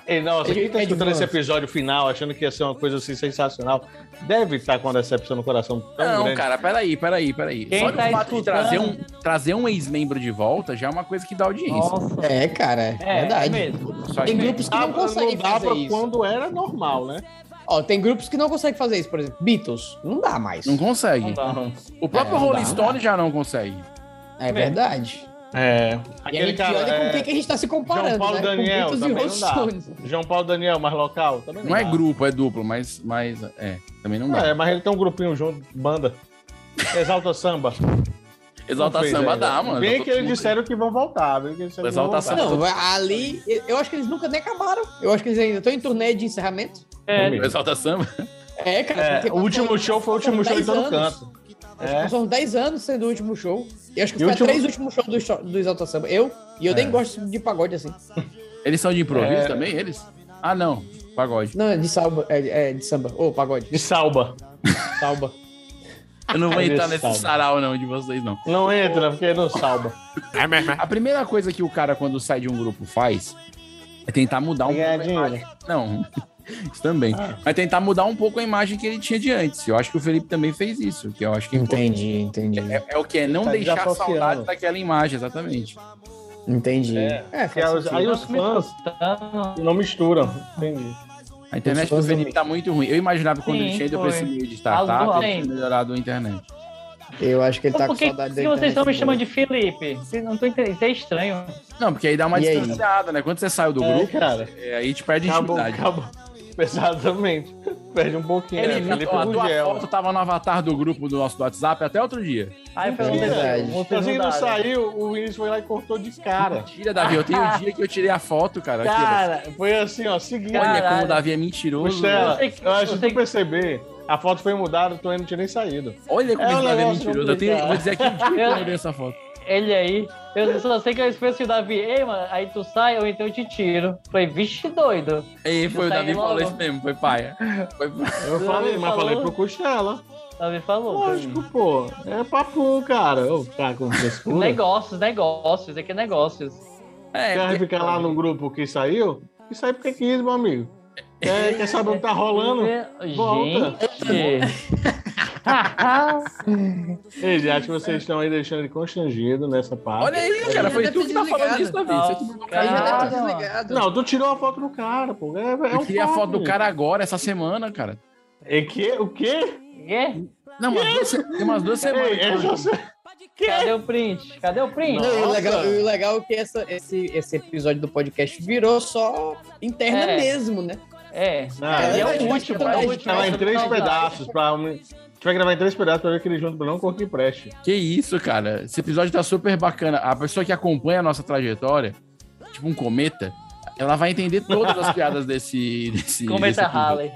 Speaker 3: Ei, nossa, quem tá
Speaker 4: É de
Speaker 3: escutando
Speaker 4: vá.
Speaker 3: esse episódio final achando que ia ser uma coisa assim sensacional, deve estar com uma decepção no coração tão
Speaker 1: Não,
Speaker 3: grande.
Speaker 1: cara, peraí, peraí, peraí.
Speaker 2: Quem
Speaker 1: Só de
Speaker 2: tá
Speaker 1: fato de
Speaker 2: escutando?
Speaker 1: trazer um, trazer um ex-membro de volta já é uma coisa que dá audiência.
Speaker 2: Nossa.
Speaker 4: É, cara, é,
Speaker 2: É, é
Speaker 4: verdade.
Speaker 2: mesmo.
Speaker 1: Só
Speaker 4: Tem
Speaker 1: que-
Speaker 4: grupos que
Speaker 3: Ah,
Speaker 4: não conseguem
Speaker 3: dá
Speaker 4: fazer
Speaker 3: pra
Speaker 4: isso.
Speaker 3: quando era normal, né?
Speaker 4: Ó, tem grupos que não conseguem fazer isso, por exemplo, Beatles, não dá mais.
Speaker 1: Não consegue.
Speaker 2: Não dá.
Speaker 1: O próprio
Speaker 4: É, não
Speaker 1: Rolling
Speaker 4: dá.
Speaker 1: Stone já não consegue.
Speaker 4: É verdade.
Speaker 3: É.
Speaker 4: E a
Speaker 3: Aquele
Speaker 4: gente
Speaker 3: cara.
Speaker 4: olha com
Speaker 3: é,
Speaker 4: quem que a gente tá se comparando,
Speaker 3: João Paulo
Speaker 4: né?
Speaker 3: Daniel
Speaker 4: com
Speaker 3: também
Speaker 4: Rolling
Speaker 3: não dá.
Speaker 4: Stones.
Speaker 3: João Paulo Daniel, mais local? Também
Speaker 1: Não é
Speaker 3: dá.
Speaker 1: grupo, é duplo, mas, mas é, também não dá.
Speaker 3: É, mas ele tem um grupinho junto, banda. Exalta Samba.
Speaker 1: Exalta
Speaker 3: Não fez
Speaker 1: Samba
Speaker 3: ainda.
Speaker 1: dá, mano.
Speaker 3: Bem
Speaker 1: Exalta
Speaker 3: que eles
Speaker 1: Samba.
Speaker 3: disseram que vão voltar. Bem que eles disseram que
Speaker 1: Exalta
Speaker 3: vão voltar.
Speaker 1: Samba.
Speaker 4: Não, é, ali, eu acho que eles nunca nem acabaram. Eu acho que eles ainda estão em turnê de encerramento.
Speaker 2: É,
Speaker 1: O Exalta Samba.
Speaker 4: É, cara.
Speaker 3: É,
Speaker 4: porque
Speaker 3: o último
Speaker 4: passou-
Speaker 3: show foi o último show
Speaker 4: passaram
Speaker 3: de todo
Speaker 4: 10 anos.
Speaker 3: canto.
Speaker 4: Acho que
Speaker 3: É.
Speaker 4: passaram 10 anos sendo o último show. E acho
Speaker 3: E
Speaker 4: que
Speaker 3: o
Speaker 4: foi
Speaker 3: último-
Speaker 4: três últimos shows do, show- do Exalta Samba. Eu, e eu nem gosto de pagode assim.
Speaker 1: Eles são de improviso
Speaker 3: É.
Speaker 1: também, eles? Ah, não. Pagode.
Speaker 4: Não, é de salba, é, é de samba. Ô, pagode,
Speaker 3: De Salba.
Speaker 4: salba.
Speaker 1: Eu não vou
Speaker 3: Eles
Speaker 1: entrar nesse
Speaker 3: sabem.
Speaker 1: sarau, não, de vocês, não.
Speaker 3: Não entra, porque não salba.
Speaker 1: A primeira coisa que o cara, quando sai de um grupo, faz é tentar mudar um
Speaker 3: Ganhar
Speaker 1: pouco a
Speaker 3: dinheiro. Ah.
Speaker 1: imagem. Não, isso também. Mas tentar mudar um pouco a imagem que ele tinha de antes. Eu acho que o Felipe também fez isso, que eu acho que é importante.
Speaker 4: Entendi, entendi.
Speaker 1: É, é o que é não
Speaker 3: Tá
Speaker 1: deixar
Speaker 3: desassociando.
Speaker 1: saudade daquela imagem, exatamente.
Speaker 4: Entendi.
Speaker 3: É,
Speaker 4: É,
Speaker 3: porque
Speaker 4: faz
Speaker 3: aí os-
Speaker 4: sentido.
Speaker 3: aí os fãs
Speaker 2: Tá.
Speaker 3: não misturam. Entendi.
Speaker 1: A internet do Felipe tá muito ruim. Eu imaginava que quando
Speaker 2: Sim,
Speaker 1: ele tinha ido pra
Speaker 2: foi.
Speaker 1: esse meio de startup,
Speaker 2: Alô,
Speaker 1: ele tinha
Speaker 2: alô.
Speaker 1: melhorado a internet.
Speaker 4: Eu acho que ele tá
Speaker 2: Mas
Speaker 4: com
Speaker 2: Por que,
Speaker 4: saudade
Speaker 2: que
Speaker 4: da
Speaker 2: vocês
Speaker 4: internet
Speaker 2: estão me
Speaker 4: boa.
Speaker 2: chamando de Felipe? Vocês não estão entendendo. Isso é estranho.
Speaker 1: Não, porque aí dá uma
Speaker 4: E aí?
Speaker 1: distanciada, né? Quando você saiu do
Speaker 3: É,
Speaker 1: grupo,
Speaker 3: cara.
Speaker 1: é, aí te perde
Speaker 3: Acabou,
Speaker 1: intimidade.
Speaker 3: acabou. Exatamente. Perde um pouquinho.
Speaker 1: Ele,
Speaker 3: né?
Speaker 1: na-
Speaker 3: Felipe
Speaker 1: a tua
Speaker 3: Gugel.
Speaker 1: foto tava no avatar do grupo do nosso WhatsApp até outro dia.
Speaker 2: Aí foi
Speaker 4: Mentira.
Speaker 3: Se assim não saiu, o Vinícius foi lá e cortou de cara.
Speaker 1: Mentira, Davi. Eu tenho um dia que eu tirei a foto, cara. aqui,
Speaker 3: Cara, foi assim, ó, seguinte.
Speaker 1: Olha né? como
Speaker 2: caralho.
Speaker 1: o Davi é mentiroso.
Speaker 3: Puxela,
Speaker 2: Eu sei que-
Speaker 3: eu acho
Speaker 2: eu sei
Speaker 3: que tu
Speaker 2: que-
Speaker 3: perceber, a foto foi mudada, o Tony não tinha nem saído.
Speaker 1: Olha como
Speaker 3: É um
Speaker 1: o Davi é
Speaker 3: negócio
Speaker 1: mentiroso. Eu tenho,
Speaker 3: complicado.
Speaker 1: vou dizer que um dia que eu
Speaker 2: Eu-
Speaker 1: tirei essa foto.
Speaker 2: Ele aí. Eu só sei que eu esqueci o Davi. Ei, mano, aí tu sai ou então eu te tiro. Falei, vixe, doido.
Speaker 1: E foi o
Speaker 2: Tá aí
Speaker 1: Davi que falou
Speaker 2: logo.
Speaker 1: isso mesmo, foi paia. Foi paia.
Speaker 3: Eu
Speaker 2: Não,
Speaker 3: falei,
Speaker 2: ele
Speaker 3: mas
Speaker 2: falou.
Speaker 3: falei pro Cuxela.
Speaker 2: Davi falou. pra mim.
Speaker 3: Lógico, pô. É papo, cara. Eu tá com frescura.
Speaker 2: Negócios, negócios. Aqui é negócios.
Speaker 1: É,
Speaker 3: Quer
Speaker 1: porque-
Speaker 3: ficar lá no grupo que saiu? Isso aí porque quis, meu amigo. Quer, quer saber o que tá rolando? Volta.
Speaker 2: Gente.
Speaker 3: Eles acham que vocês estão aí deixando ele constrangido nessa parte.
Speaker 1: Olha aí, cara. Foi
Speaker 4: Ele
Speaker 1: tu que tá
Speaker 4: deve ter
Speaker 1: falando isso,
Speaker 4: desligado.
Speaker 1: Davi. Você que mandou o cara.
Speaker 4: Ele já deve
Speaker 2: Cara.
Speaker 4: ter desligado.
Speaker 3: Não, tu tirou a foto do cara, pô. É, é
Speaker 1: Eu
Speaker 3: um
Speaker 1: tirei a foto do
Speaker 3: fato.
Speaker 1: cara agora, essa semana, cara.
Speaker 3: É que, o quê?
Speaker 2: Quê?
Speaker 1: Não, mas duas, se- tem umas duas
Speaker 3: Ei,
Speaker 1: semanas.
Speaker 3: é
Speaker 1: cara.
Speaker 3: você.
Speaker 2: Cadê o print? Cadê o print?
Speaker 4: Não, e o,
Speaker 3: Nossa.
Speaker 4: legal, e o legal é que essa- esse, esse episódio do podcast virou só interna
Speaker 2: É.
Speaker 4: mesmo, né?
Speaker 2: É.
Speaker 3: Ah,
Speaker 2: Ele é
Speaker 4: Ela
Speaker 2: o
Speaker 4: vai
Speaker 2: último.
Speaker 4: escutar
Speaker 2: é o
Speaker 4: a
Speaker 2: último,
Speaker 4: gente,
Speaker 3: Ela
Speaker 2: vai
Speaker 3: em Tá três
Speaker 2: escutar o
Speaker 3: pedaços pra um- gente vai gravar em três pedaços pra ver aquele junto não com que preste.
Speaker 1: Que isso, cara. Esse episódio tá super bacana. A pessoa que acompanha a nossa trajetória, tipo um cometa, ela vai entender todas as piadas desse. desse desse
Speaker 2: Comenta
Speaker 1: episódio.
Speaker 2: Halley.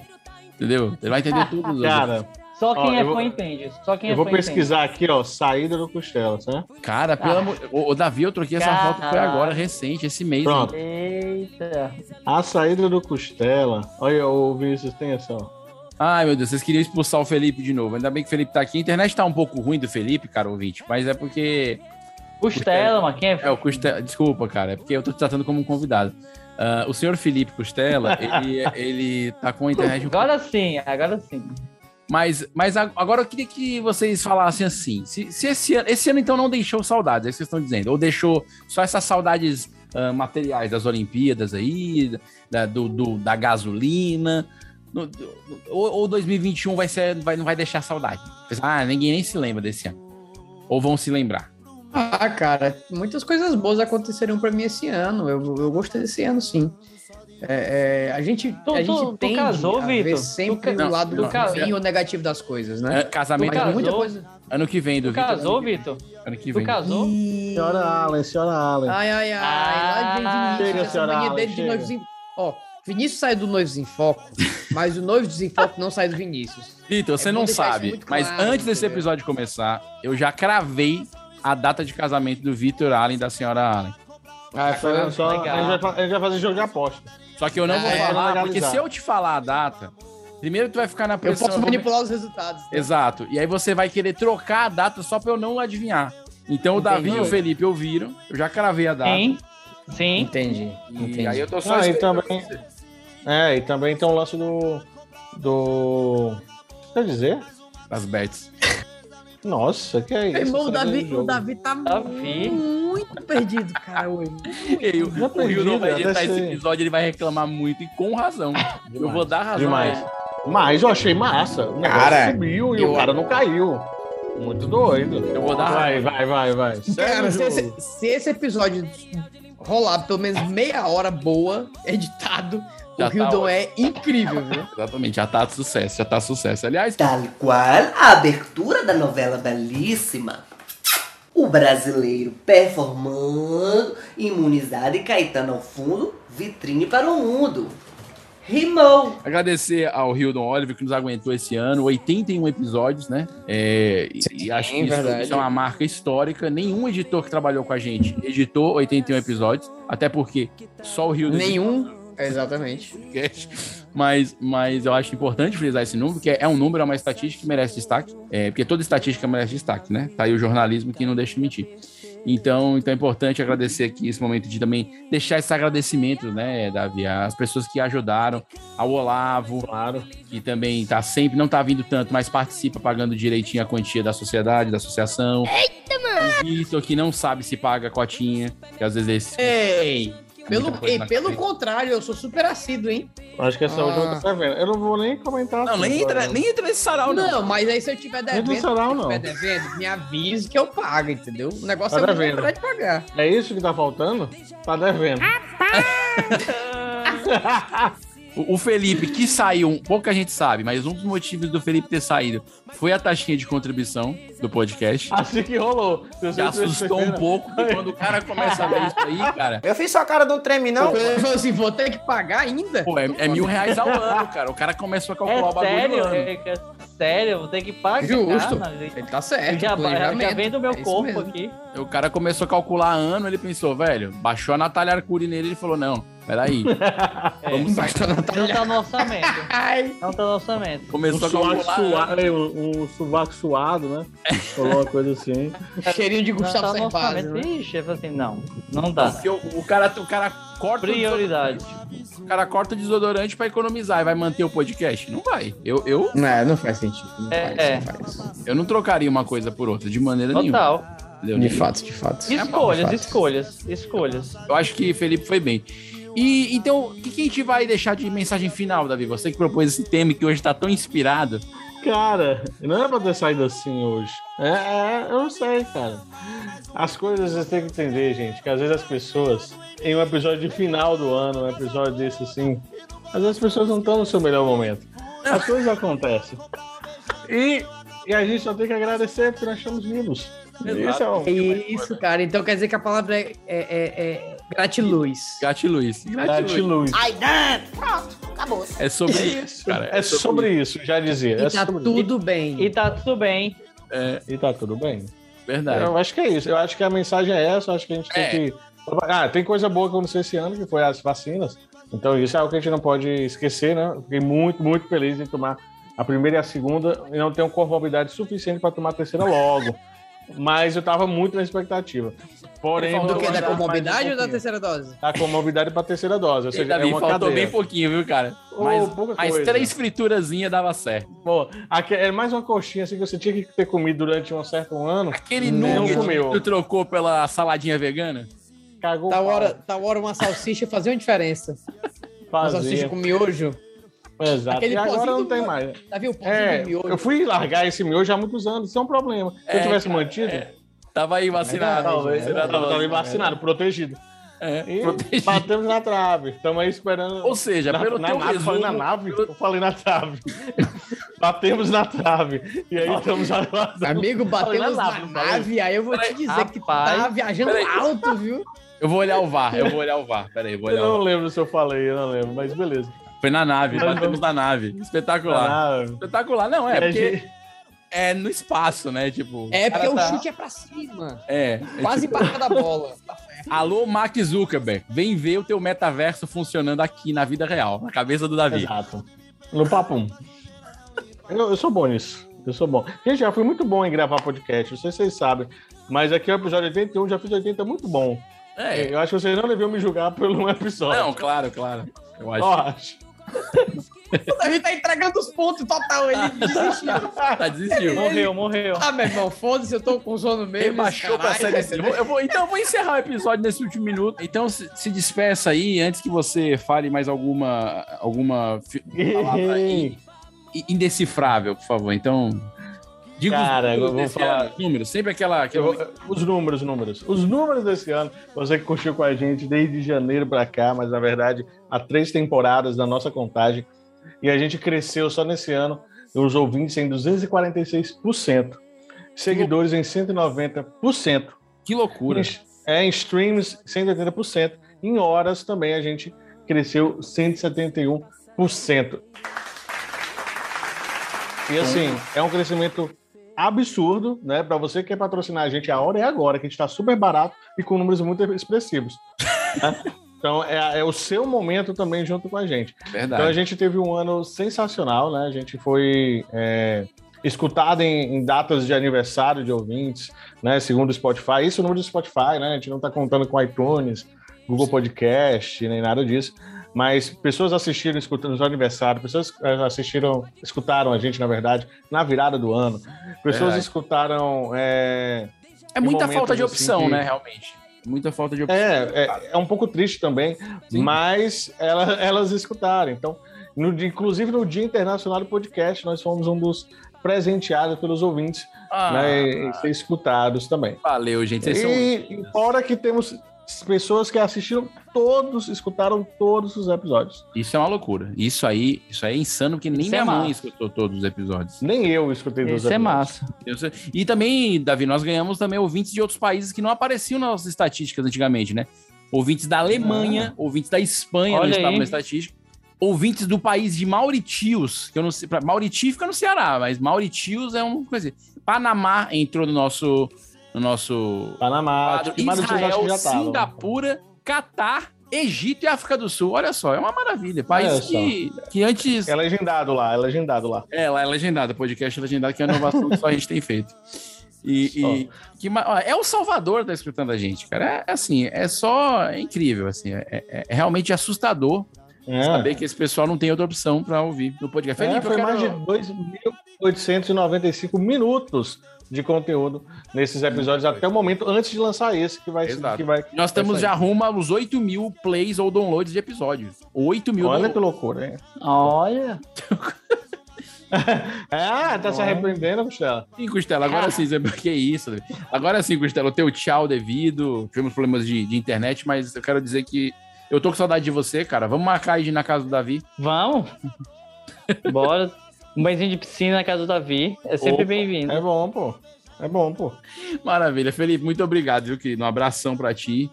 Speaker 1: Entendeu? Ela vai entender todas as.
Speaker 3: Cara,
Speaker 2: Só
Speaker 3: Ó,
Speaker 2: quem é
Speaker 3: eu vou-
Speaker 2: fã entende. Só quem
Speaker 3: eu
Speaker 2: é
Speaker 3: vou
Speaker 2: fã
Speaker 3: pesquisar aqui, ó, saída do Costelas, né?
Speaker 1: Cara, pelo amor. Ô, ô, Davi, eu troquei essa
Speaker 2: Caralho.
Speaker 1: foto foi agora, recente, esse mês.
Speaker 3: Pronto.
Speaker 1: hein?
Speaker 2: Eita.
Speaker 3: A saída do Costela. Olha, o Vinícius tem essa, ó.
Speaker 1: Ai, meu Deus, vocês queriam expulsar o Felipe de novo. Ainda bem que o Felipe tá aqui. A internet tá um pouco ruim do Felipe, cara, ouvinte, mas é porque.
Speaker 2: Costela, mas quem é?
Speaker 1: É, o Costela. Desculpa, cara, é porque eu tô te tratando como um convidado. Ah, o senhor Felipe Costela, ele, ele tá com a internet um
Speaker 2: Agora sim, agora sim.
Speaker 1: Mas, mas a- agora eu queria que vocês falassem assim: se, se esse ano, esse ano então não deixou saudades, é isso que vocês estão dizendo, ou deixou só essas saudades ah, materiais das Olimpíadas aí, da, do, do- da gasolina, no- do- ou, ou 2021 vai ser, vai, não vai deixar saudade? Ah, ninguém nem se lembra desse ano. Ou vão se lembrar.
Speaker 4: Ah, cara, muitas coisas boas aconteceram pra mim esse ano. Eu, eu gostei desse ano, sim. É, é, a gente,
Speaker 2: Tu-
Speaker 4: a gente
Speaker 2: tu- tu
Speaker 4: tende
Speaker 2: casou,
Speaker 4: a ver
Speaker 2: Vitor?
Speaker 4: sempre
Speaker 2: Tu ca-
Speaker 4: o lado
Speaker 2: tu ca-
Speaker 4: ruim ou negativo das coisas, né?
Speaker 1: É, casamento
Speaker 4: Mas
Speaker 1: casou?
Speaker 4: muita coisa.
Speaker 1: Ano que vem, do
Speaker 2: Tu
Speaker 1: Vitor.
Speaker 2: casou,
Speaker 4: né?
Speaker 2: Vitor?
Speaker 1: Ano que
Speaker 2: Tu
Speaker 1: vem.
Speaker 2: casou?
Speaker 3: Senhora Allen, senhora Allen.
Speaker 4: Ai, ai, ai. lá
Speaker 2: Ah,
Speaker 4: de Vinícius,
Speaker 3: chega,
Speaker 4: essa
Speaker 3: senhora
Speaker 4: mania
Speaker 3: Allen,
Speaker 4: dele de
Speaker 3: chega.
Speaker 4: noivos em... Ó, Vinícius sai do Noivos em Foco, mas o Noivos em Foco não sai do Vinícius.
Speaker 1: Vitor, você
Speaker 4: É bom
Speaker 1: não
Speaker 4: deixar isso
Speaker 1: sabe,
Speaker 4: muito
Speaker 1: mas
Speaker 4: claro,
Speaker 1: antes desse
Speaker 4: entendeu?
Speaker 1: episódio começar, eu já cravei a data de casamento do Vitor Allen e da senhora Allen.
Speaker 3: Ah, foi só, a, gente
Speaker 2: legal.
Speaker 3: vai, fa- a gente vai fazer jogo de aposta.
Speaker 1: Só que eu não
Speaker 4: Ah,
Speaker 1: vou
Speaker 4: é,
Speaker 1: falar,
Speaker 3: legalizar.
Speaker 1: porque se eu te falar a data, primeiro tu vai ficar na
Speaker 4: Eu
Speaker 1: pressão.
Speaker 4: posso
Speaker 1: vou-
Speaker 4: manipular os resultados. né?
Speaker 1: Exato. E aí você vai querer trocar a data só pra eu não adivinhar. Então o Davi e o
Speaker 4: Entendi.
Speaker 1: Felipe ouviram, eu já cravei a
Speaker 4: tá.
Speaker 1: data.
Speaker 2: Sim. Sim.
Speaker 4: Entendi. então
Speaker 1: E aí eu tô só
Speaker 3: Ah, e
Speaker 1: esperando
Speaker 3: também-
Speaker 1: você.
Speaker 3: É, e também tem um lance do. Do. Quer dizer?
Speaker 1: As bets.
Speaker 3: Nossa, que é isso?
Speaker 4: Meu irmão, o
Speaker 3: Sai
Speaker 4: Davi,
Speaker 3: do jogo.
Speaker 4: o Davi tá
Speaker 2: Davi.
Speaker 4: muito perdido, cara, hoje.
Speaker 1: E o, o
Speaker 3: perdi,
Speaker 1: Rio não vai
Speaker 3: velho,
Speaker 1: editar
Speaker 3: até
Speaker 1: esse
Speaker 3: sei.
Speaker 1: episódio, ele vai reclamar muito e com razão. eu vou dar razão. a
Speaker 3: Demais.
Speaker 1: ele.
Speaker 3: Mas eu achei massa. O negócio
Speaker 5: Cara,
Speaker 3: subiu e
Speaker 5: eu-
Speaker 3: o cara não caiu. Muito doido.
Speaker 1: Eu vou dar
Speaker 3: Vai, vai, vai, vai. Segue o
Speaker 4: Cara, se
Speaker 3: jogo.
Speaker 4: esse, se esse episódio rolar pelo menos meia hora boa, editado,
Speaker 1: Já
Speaker 4: o Rio
Speaker 1: tá
Speaker 4: Dom é incrível, viu?
Speaker 1: Exatamente, já tá sucesso, já tá sucesso. Aliás,
Speaker 14: Tal qual a abertura da novela belíssima. O brasileiro performando, imunizado e Caetano ao fundo, vitrine para o mundo. Rimou.
Speaker 1: Agradecer ao Hildon Oliver que nos aguentou esse ano, 81 episódios, né? É, e- e acho que isso,
Speaker 4: verdade.
Speaker 1: isso é uma marca histórica. Nenhum editor que trabalhou com a gente editou 81 episódios, até porque só o Hildon.
Speaker 4: Nenhum. Exatamente.
Speaker 1: Mas, mas eu acho importante frisar esse número, que é é um número, é uma estatística que merece destaque. É, porque toda estatística merece destaque, né? Tá aí o jornalismo que não deixa de mentir. Então, então é importante agradecer aqui esse momento de também deixar esses agradecimentos, né, Davi? As pessoas que ajudaram, ao Olavo,
Speaker 3: Claro.
Speaker 1: que também tá sempre, não tá vindo tanto, mas participa pagando direitinho a quantia da sociedade, da associação. Eita, mano! O Vitor, que não sabe se paga a cotinha, que às vezes é esse.
Speaker 4: Ei! É, Pelo,
Speaker 1: Muita coisa
Speaker 4: ei,
Speaker 1: na
Speaker 4: pelo
Speaker 1: frente.
Speaker 4: contrário, eu sou super assíduo, hein?
Speaker 3: Acho que essa
Speaker 4: Ah.
Speaker 3: última tá vendo. Eu não vou nem comentar.
Speaker 1: Não,
Speaker 3: assim,
Speaker 1: nem entra,
Speaker 3: agora.
Speaker 1: nem entra nesse sarau, não.
Speaker 4: Não, mas aí se eu tiver
Speaker 3: Nem do
Speaker 4: devendo, se
Speaker 3: sarau,
Speaker 4: eu tiver
Speaker 3: não.
Speaker 4: devendo, me avise que eu pago, entendeu? O negócio
Speaker 3: Tá
Speaker 4: é eu
Speaker 3: devendo.
Speaker 4: lembrar de pagar.
Speaker 3: É isso que tá faltando? Tá devendo.
Speaker 4: Ah.
Speaker 1: O o Felipe, que saiu, pouca gente sabe, mas um dos motivos do Felipe ter saído foi a taxinha de contribução do podcast.
Speaker 2: Ah,
Speaker 3: Assim que rolou. Se vocês
Speaker 1: Já assustou um
Speaker 3: perceberam.
Speaker 1: pouco, porque quando o cara começa a ver isso aí, cara,
Speaker 10: Eu fiz só a cara de um treme, não?
Speaker 4: Eu falo assim, vou ter que pagar ainda?
Speaker 1: pô, é, é mil reais ao ano, cara. O cara começou a calcular
Speaker 2: É
Speaker 1: o bagulho
Speaker 2: sério,
Speaker 1: do ano.
Speaker 2: é, é sério, eu vou ter que pagar.
Speaker 4: Justo.
Speaker 2: cara. Eu
Speaker 4: Ele tá certo.
Speaker 2: já, eu já
Speaker 4: planejamento.
Speaker 2: vem do meu
Speaker 4: É isso
Speaker 2: corpo
Speaker 4: mesmo.
Speaker 2: aqui.
Speaker 1: O cara começou a calcular ano, ele pensou, velho, baixou a Natália Arcuri nele, ele falou, não, peraí. Vamos sair.
Speaker 4: Basta não
Speaker 2: Não
Speaker 4: tá-
Speaker 2: tá no orçamento.
Speaker 4: Ai,
Speaker 2: Não tá no orçamento.
Speaker 3: Um
Speaker 1: Começou a
Speaker 3: sovaco,
Speaker 1: calcular ano.
Speaker 3: suado, é, um, um sovaco suado, né?
Speaker 1: É.
Speaker 3: Falou uma coisa assim.
Speaker 4: Cheirinho de
Speaker 2: Não
Speaker 4: Gustavo
Speaker 2: tá no
Speaker 4: Cerbasi.
Speaker 2: orçamento.
Speaker 4: né?
Speaker 2: Ixi, eu falei assim, não. Não dá.
Speaker 1: Porque o, o cara, o cara corta o
Speaker 2: Prioridade.
Speaker 1: desodorante, O cara corta o desodorante pra economizar e vai manter o podcast? Não vai. Eu, eu,
Speaker 4: Não, é, não faz sentido. Não faz,
Speaker 2: É.
Speaker 4: não faz.
Speaker 1: eu não trocaria uma coisa por outra, de maneira nenhuma.
Speaker 2: Total.
Speaker 1: entendeu?
Speaker 4: De fato, de fato.
Speaker 2: Escolhas,
Speaker 4: fato.
Speaker 2: escolhas, escolhas.
Speaker 1: Eu acho que Felipe foi bem. E então, o que, que a gente vai deixar de mensagem final, Davi? Você que propôs esse tema e que hoje tá tão inspirado.
Speaker 3: Cara, não era pra ter saído assim hoje. É, é, eu não sei, cara. As coisas vocês têm que entender, gente, que às vezes as pessoas, em um episódio de final do ano, um episódio desse assim, às vezes as pessoas não estão no seu melhor momento. As coisas acontecem. E E a gente só tem que agradecer porque nós estamos vivos. Isso é
Speaker 4: É isso, cara. Então quer dizer que a palavra é, é, é, é gratiluz.
Speaker 1: Gratiluz.
Speaker 3: É, Gratiluz.
Speaker 6: Ai, Dan! Pronto, acabou.
Speaker 1: É sobre isso, cara.
Speaker 3: É sobre isso, já dizia.
Speaker 4: E
Speaker 3: É
Speaker 4: tá
Speaker 3: sobre
Speaker 4: tudo bem.
Speaker 2: E tá tudo bem.
Speaker 3: isso. E tá tudo bem.
Speaker 1: é Verdade.
Speaker 3: Eu acho que é isso. Eu acho que a mensagem é essa. Eu acho que a gente tem que. Ah, tem coisa boa que aconteceu esse ano, que foi as vacinas. Então, isso é algo que a gente não pode esquecer, né? Eu Fiquei muito, muito feliz em tomar a primeira e a segunda e não tenho conformidade suficiente para tomar a terceira logo. Mas eu tava muito na expectativa. Porém,
Speaker 4: Do
Speaker 3: vou
Speaker 4: que? Da
Speaker 3: aguardar mais um
Speaker 4: comorbidade ou da
Speaker 3: pouquinho.
Speaker 4: terceira dose?
Speaker 3: Da comorbidade para terceira dose. Ou
Speaker 1: Ei,
Speaker 3: seja,
Speaker 1: Davi,
Speaker 3: é uma
Speaker 1: faltou
Speaker 3: cadeira.
Speaker 1: bem pouquinho, viu, cara?
Speaker 3: Ô,
Speaker 1: Mas,
Speaker 3: pouca
Speaker 1: mas
Speaker 3: coisa.
Speaker 1: três friturazinhas dava certo.
Speaker 3: Pô, aque- é mais uma coxinha assim que você tinha que ter comido durante um certo ano.
Speaker 1: Aquele
Speaker 3: não
Speaker 1: nugget que
Speaker 3: comeu.
Speaker 1: tu trocou pela saladinha vegana?
Speaker 3: Cagou.
Speaker 4: Tal Tá hora, tal hora uma salsicha fazia uma diferença. Uma
Speaker 3: Fazia.
Speaker 4: salsicha com miojo.
Speaker 3: Exato.
Speaker 4: Aquele
Speaker 3: e agora
Speaker 4: pozinho
Speaker 3: não
Speaker 4: do
Speaker 3: tem
Speaker 4: miojo.
Speaker 3: mais.
Speaker 4: Tá vendo o pozinho
Speaker 3: É,
Speaker 4: do miojo?
Speaker 3: eu fui largar esse miojo há muitos anos, isso é um problema. Se
Speaker 1: É,
Speaker 3: eu tivesse
Speaker 1: cara,
Speaker 3: mantido,
Speaker 1: é. Tava aí vacinado.
Speaker 3: talvez né? eu
Speaker 1: vacinado,
Speaker 3: tava
Speaker 1: vacinado.
Speaker 3: vacinado, protegido.
Speaker 1: É,
Speaker 3: E
Speaker 1: protegido.
Speaker 3: batemos na trave, estamos aí esperando.
Speaker 1: Ou seja,
Speaker 3: na,
Speaker 1: pelo
Speaker 3: é na
Speaker 1: teu
Speaker 3: nave,
Speaker 1: resumo-
Speaker 3: falei na nave, eu falei na trave. batemos na trave. E aí estamos aguardando.
Speaker 4: Amigo, batemos
Speaker 3: Olha lá,
Speaker 4: na
Speaker 3: Bruno,
Speaker 4: nave, aí eu vou te dizer que
Speaker 2: rapaz.
Speaker 4: tá viajando
Speaker 1: Peraí.
Speaker 4: alto, viu?
Speaker 1: Eu vou olhar o VAR, eu vou olhar o VAR. Pera aí, vou
Speaker 3: Eu
Speaker 1: olhar o
Speaker 3: não lembro se eu falei, eu não lembro, mas beleza.
Speaker 1: VAR. Foi na nave, batemos na nave. Espetacular.
Speaker 3: Ah,
Speaker 1: Espetacular, não, Tá é,
Speaker 3: É,
Speaker 1: porque
Speaker 3: gente.
Speaker 1: é no espaço, né? Tipo.
Speaker 4: É porque
Speaker 1: o cara
Speaker 4: o
Speaker 1: tá-
Speaker 4: chute é pra cima.
Speaker 1: É. é
Speaker 4: Quase
Speaker 1: tipo,
Speaker 4: embaixo da bola.
Speaker 1: Alô, Mark Zuckerberg, vem ver o teu metaverso funcionando aqui na vida real, na cabeça do Davi.
Speaker 3: Exato. No papum. Eu, eu sou bom nisso. Eu sou bom. Gente, já fui muito bom em gravar podcast, não sei se vocês sabem. Mas aqui é o episódio 81, já fiz 80 muito bom.
Speaker 1: É.
Speaker 3: Eu acho que vocês não deviam me julgar por um episódio.
Speaker 1: Não, claro, claro. Eu acho.
Speaker 3: Ó, acho.
Speaker 4: O Davi tá entregando os pontos total, ele desistiu.
Speaker 1: tá desistiu.
Speaker 2: Morreu, morreu.
Speaker 4: Ah, meu irmão, foda-se, eu tô com sono mesmo.
Speaker 1: Rebaixou pra
Speaker 4: caralho.
Speaker 1: série C. Eu vou- eu vou- então, eu vou encerrar o episódio nesse último minuto. Então, se, se despeça aí, antes que você fale mais alguma, alguma fi- palavra aí, i- indecifrável, por favor. Então, diga
Speaker 3: Cara, eu
Speaker 1: números
Speaker 3: vou
Speaker 1: desse
Speaker 3: falar-
Speaker 1: ano, números. Sempre aquela...
Speaker 3: Eu
Speaker 1: aquela...
Speaker 3: vou- os números, os números. Os números desse ano, você que curtiu com a gente desde janeiro pra cá, mas na verdade há três temporadas da nossa contagem, e a gente cresceu só nesse ano, os ouvintes em 246%, seguidores em 190%,
Speaker 1: Que loucura.
Speaker 3: em- é, em streams 180%, em horas também a gente cresceu 171%. E assim, é um crescimento absurdo, né? Para você que quer patrocinar a gente, a hora é agora, que a gente tá super barato e com números muito expressivos. né? Então é, é o seu momento também junto com a gente.
Speaker 1: Verdade.
Speaker 3: Então a gente teve um ano sensacional, né? A gente foi é, escutado em, em datas de aniversário de ouvintes, né? Segundo o Spotify. Isso é o número do Spotify, né? A gente não tá contando com iTunes, Google Podcast, nem nada disso. Mas pessoas assistiram, escutando os aniversários, pessoas é, assistiram, escutaram a gente, na verdade, na virada do ano. Pessoas
Speaker 1: Verdade.
Speaker 3: escutaram. É,
Speaker 1: É muita
Speaker 3: em
Speaker 1: falta de
Speaker 3: momentos,
Speaker 1: opção,
Speaker 3: assim, que-
Speaker 1: né, realmente. Muita falta de opção.
Speaker 3: é, é, é um pouco triste também,
Speaker 1: Sim.
Speaker 3: mas ela- elas escutaram. Então, no dia- inclusive no Dia Internacional do Podcast, nós fomos um dos presenteados pelos ouvintes
Speaker 1: Ah,
Speaker 3: né, e ser escutados também.
Speaker 1: Valeu, gente. é um- Vocês são...
Speaker 3: E fora que temos pessoas que assistiram todos, escutaram todos os episódios.
Speaker 1: Isso é uma loucura. Isso aí, isso aí é insano, porque nem
Speaker 2: é
Speaker 1: minha mãe
Speaker 2: massa.
Speaker 1: escutou todos os episódios.
Speaker 3: Nem eu escutei todos
Speaker 2: Isso
Speaker 3: os
Speaker 2: é
Speaker 3: episódios.
Speaker 2: massa.
Speaker 1: Eu sei. E também, Davi, nós ganhamos também ouvintes de outros países que não apareciam nas nossas estatísticas antigamente, né? Ouvintes da Alemanha, ouvintes da Espanha
Speaker 2: Olha
Speaker 1: não estavam
Speaker 2: aí.
Speaker 1: na estatística. Ouvintes do país de Mauritius, que eu não sei. pra- Mauriti fica no Ceará, mas Mauritius é uma coisa assim. Panamá entrou no nosso. No nosso
Speaker 3: Tá Panamá,
Speaker 1: quadro.
Speaker 3: acho que Mauritius acho que
Speaker 1: Israel,
Speaker 3: já tava. né?
Speaker 1: Singapura, Catar, Egito e África do Sul. Olha só, é uma maravilha.
Speaker 3: Olha
Speaker 1: País
Speaker 3: só.
Speaker 1: que, que antes.
Speaker 3: É legendado lá, é legendado lá.
Speaker 1: É, lá é legendada, podcast é legendado, que é uma inovação que só a gente tem feito. E, e que, ma- ó, é o Salvador que tá escutando a gente, cara. É, é assim, é só é incrível, assim, é, é- é realmente assustador
Speaker 3: É.
Speaker 1: saber que esse pessoal não tem outra opção para ouvir no podcast.
Speaker 3: É,
Speaker 1: Felipe,
Speaker 3: foi
Speaker 1: eu quero-
Speaker 3: mais de 2.895 minutos de conteúdo nesses episódios até o momento, antes de lançar esse, que vai...
Speaker 1: Exato.
Speaker 3: Que vai
Speaker 1: Nós estamos
Speaker 3: vai
Speaker 1: já
Speaker 3: sair.
Speaker 1: rumo aos 8 mil plays ou downloads de episódios. 8 mil.
Speaker 3: Olha
Speaker 1: downloads.
Speaker 3: que loucura, hein?
Speaker 2: Olha.
Speaker 1: É,
Speaker 3: Ah, tá se arrependendo, Michela?
Speaker 1: Sim, Costela, agora sim, Zé, que isso. né? Agora sim, Costela, o teu tchau devido. Tivemos problemas de, de internet, mas eu quero dizer que eu tô com saudade de você, cara. Vamos marcar aí de ir na casa do Davi.
Speaker 2: Vamos? Bora. Um banhozinho de piscina na casa do Davi. É sempre
Speaker 1: Opa,
Speaker 2: bem-vindo.
Speaker 1: é bom, pô. É bom, pô. Maravilha. Felipe, muito obrigado, viu, querido? Um abração pra ti.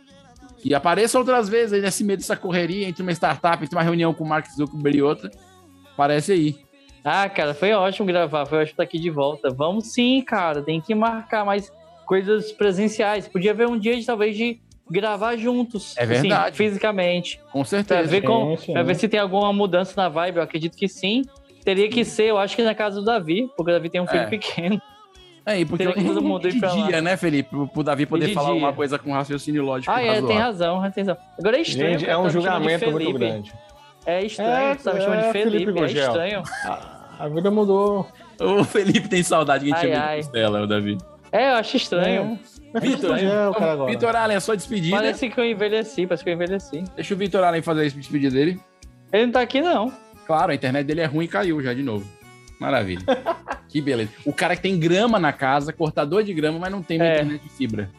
Speaker 1: E apareça outras vezes aí nesse meio dessa correria entre uma startup, entre uma reunião com o Mark Zuckerberg e outra. Aparece aí.
Speaker 2: Ah, cara, foi ótimo gravar, foi ótimo estar aqui de volta. Vamos sim, cara, tem que marcar mais coisas presenciais. Podia haver um dia, de, talvez, de gravar juntos. assim,
Speaker 1: É verdade.
Speaker 2: fisicamente.
Speaker 1: Com certeza.
Speaker 2: Pra ver, com,
Speaker 1: Sim, sim.
Speaker 2: pra ver se tem alguma mudança na vibe, eu acredito que sim. Teria que ser, eu acho que na casa do Davi, porque o Davi tem um filho
Speaker 1: É.
Speaker 2: pequeno.
Speaker 1: É, e porque
Speaker 2: Teria que todo mundo ir
Speaker 1: de
Speaker 2: pra lá.
Speaker 1: dia, né, Felipe? Pro, pro Davi poder
Speaker 2: de
Speaker 1: falar
Speaker 2: dia.
Speaker 1: uma coisa com um raciocínio lógico
Speaker 2: Ah, é,
Speaker 1: razoável.
Speaker 2: tem razão, tem razão. Agora é estranho.
Speaker 1: Gente,
Speaker 2: cara,
Speaker 1: é um
Speaker 2: tá me chamando de
Speaker 1: julgamento muito
Speaker 2: Felipe.
Speaker 1: grande.
Speaker 2: É estranho, tu tá me chamando de Felipe, é
Speaker 1: Gugel.
Speaker 2: estranho.
Speaker 1: A vida mudou. O Felipe tem saudade que a gente
Speaker 2: Ai,
Speaker 1: chama
Speaker 2: ai.
Speaker 1: de costela, o Davi.
Speaker 2: É, eu acho estranho.
Speaker 1: Vitor, Vitor Allen, é só despedida.
Speaker 2: Parece que eu envelheci, parece que eu envelheci.
Speaker 1: Deixa o Vitor Allen fazer esse despedida dele.
Speaker 2: Ele não tá aqui, não.
Speaker 1: Claro, a internet dele é ruim e caiu já de novo. Maravilha. que beleza. O cara que tem grama na casa, cortador de grama, mas não tem uma internet de fibra.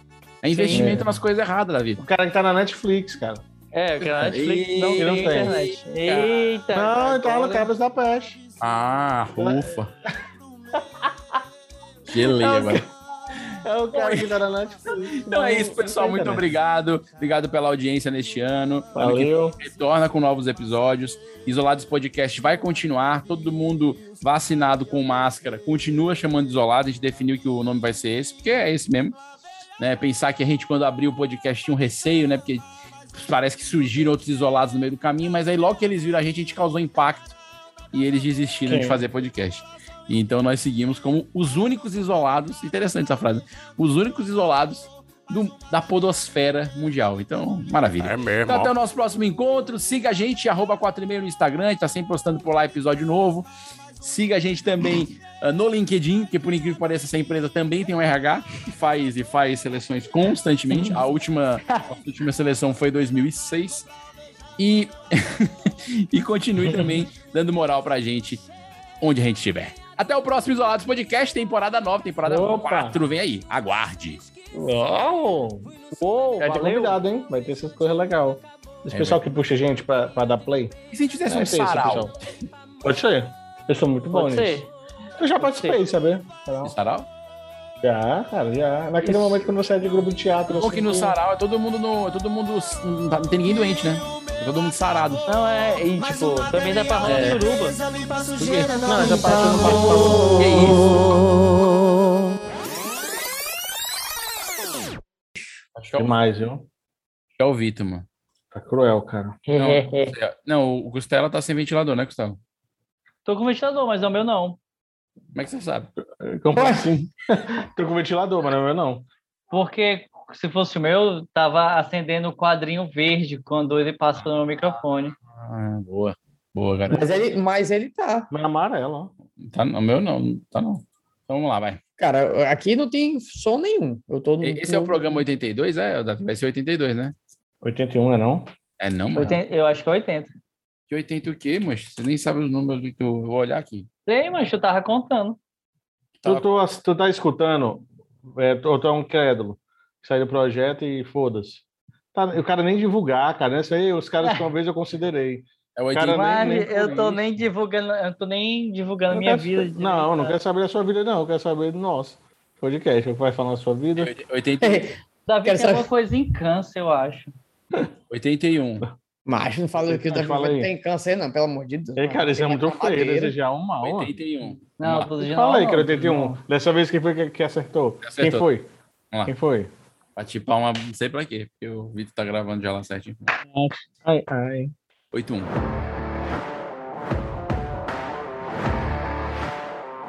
Speaker 1: É
Speaker 2: Sim.
Speaker 1: investimento
Speaker 2: É.
Speaker 1: nas coisas erradas, Davi. O cara que tá na Netflix, cara.
Speaker 2: É, que a Netflix não
Speaker 1: Ele não
Speaker 2: tem
Speaker 1: tem.
Speaker 2: internet. Eita!
Speaker 3: Não, então ela
Speaker 2: agora-
Speaker 3: quebra da peste.
Speaker 1: Ah, ufa. Gelei agora.
Speaker 3: É o cara que tá na Netflix.
Speaker 1: Então é isso, pessoal. Muito obrigado. Obrigado pela audiência neste ano. Ano que
Speaker 3: Valeu.
Speaker 1: vem Retorna com novos episódios. Isolados Podcast vai continuar. Todo mundo vacinado com máscara. Continua chamando de isolado. A gente definiu que o nome vai ser esse, porque é esse mesmo. Né? Pensar que a gente, quando abriu o podcast, tinha um receio, né? Porque parece que surgiram outros isolados no meio do caminho, mas aí logo que eles viram a gente, a gente causou impacto e eles desistiram
Speaker 15: Sim.
Speaker 1: de fazer podcast. E Então nós seguimos como os únicos isolados, interessante essa frase, os únicos isolados do- da podosfera mundial. Então, maravilha. É mesmo. Então, até o nosso próximo encontro. Siga a gente, arroba 4 e meio no Instagram, a gente tá sempre postando por lá episódio novo. Siga a gente também ah, no LinkedIn, que por incrível que pareça, essa empresa também tem um RH, que faz e faz seleções constantemente. A última, a última seleção foi em 2006. E, e continue também dando moral pra gente onde a gente estiver. Até o próximo Isolados Podcast, temporada nova, temporada
Speaker 3: Opa!
Speaker 1: 4. Vem aí, aguarde.
Speaker 3: Uou!
Speaker 2: Uou,
Speaker 3: Vai ter
Speaker 1: valeu.
Speaker 3: É convidado, hein? Vai ter essas coisas legais. Esse
Speaker 1: É
Speaker 3: pessoal que puxa a gente pra, pra dar play.
Speaker 1: E se a gente fizesse um
Speaker 3: Vai ter esse
Speaker 1: sarau?
Speaker 3: É pessoal. Pode ser. Eu sou muito bom
Speaker 2: Pode
Speaker 3: nisso.
Speaker 2: ser.
Speaker 3: Eu já participei, sabe? Sarau.
Speaker 1: Sarau?
Speaker 3: Já, cara, já. Naquele
Speaker 1: Isso.
Speaker 3: momento quando você é de grupo de teatro.
Speaker 1: Bom que no sarau é todo mundo no, é todo mundo não tá- não tem ninguém doente, né? É todo mundo sarado.
Speaker 2: Não é, e tipo, também dá pra rolar suruba.
Speaker 1: Não, essa parte eu não
Speaker 3: participo.
Speaker 1: Que é isso?
Speaker 3: Demais, viu?
Speaker 1: É o Vitor, mano.
Speaker 3: Tá cruel, cara.
Speaker 1: Não, não, o Gustavo tá sem ventilador, né, Gustavo?
Speaker 2: Tô com ventilador, mas é o meu não.
Speaker 1: Como é que você sabe?
Speaker 3: Comprei Então, sim. Tô com ventilador, mas não é meu, não.
Speaker 2: Porque se fosse o meu, tava acendendo o quadrinho verde quando ele passa pelo meu microfone.
Speaker 1: Ah, boa. Boa, garoto.
Speaker 4: Mas ele, mas ele tá.
Speaker 3: Mas é amarelo, ó.
Speaker 1: Tá, no meu não, não tá não. Então vamos lá, vai.
Speaker 4: Cara, aqui não tem som nenhum. Eu tô no,
Speaker 1: E- Esse é o programa 82, é, Davi? Vai ser 82, né?
Speaker 3: 81, é não?
Speaker 1: É não, mano.
Speaker 2: Oitenta- Eu acho que é 80.
Speaker 1: Que 80 o quê, mas Você nem sabe os números do que eu vou olhar aqui.
Speaker 2: Sei, mas eu tava contando.
Speaker 3: Tu, tu, ass- tu tá escutando, é, tu, tu é um crédulo, sai do projeto e foda-se. Tá, o cara nem divulgar, cara. né? Isso aí, os caras que uma vez eu considerei.
Speaker 1: É
Speaker 3: o
Speaker 2: Vale, eu tô nem divulgando, eu tô nem divulgando a minha vida. direito,
Speaker 3: Não, não
Speaker 2: cara.
Speaker 3: quero saber da sua vida, não. Eu quero saber do nosso podcast. Vai falar da sua vida.
Speaker 1: 80,
Speaker 2: Davi tem alguma
Speaker 3: Quero saber-
Speaker 2: coisa em câncer, eu acho.
Speaker 1: 81.
Speaker 4: Macho, não fala que tá o Davi
Speaker 3: Fala
Speaker 4: não
Speaker 3: aí.
Speaker 4: tem câncer, não, pelo amor de Deus.
Speaker 3: Ei, cara, isso é
Speaker 4: Tem
Speaker 3: muito
Speaker 4: uma
Speaker 3: feio,
Speaker 4: cadeira.
Speaker 3: desejar um mal. ó.
Speaker 1: 81.
Speaker 2: Não, eu tô dizendo.
Speaker 3: Fala aí,
Speaker 2: não,
Speaker 3: cara, 81.
Speaker 2: não.
Speaker 3: Dessa vez, quem foi que, que acertou?
Speaker 1: Acertou.
Speaker 3: Quem foi?
Speaker 1: Vamos lá.
Speaker 3: Quem foi?
Speaker 1: Pra tipar uma. Não sei pra quê, porque o Vitor tá gravando já lá certinho.
Speaker 3: Ai, ai.
Speaker 1: 81.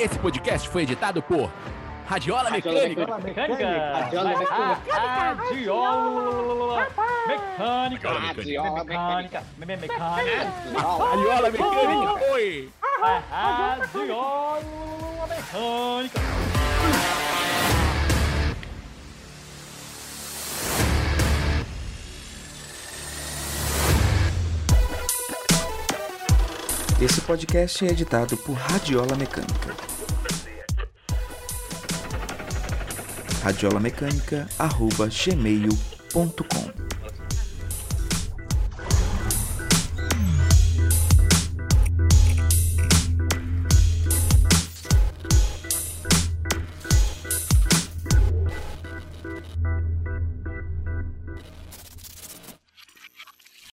Speaker 1: Esse podcast foi editado por Radiola Mecânica.
Speaker 2: Radiola Mecânica. Radiola Mecânica. Radiola Mecânica. Me- me- Mecânica.
Speaker 1: Radiola Mecânica. Oi.
Speaker 2: Radiola Mecânica.
Speaker 16: Esse podcast é editado por Radiola Mecânica. radiolamecânica.gmail.com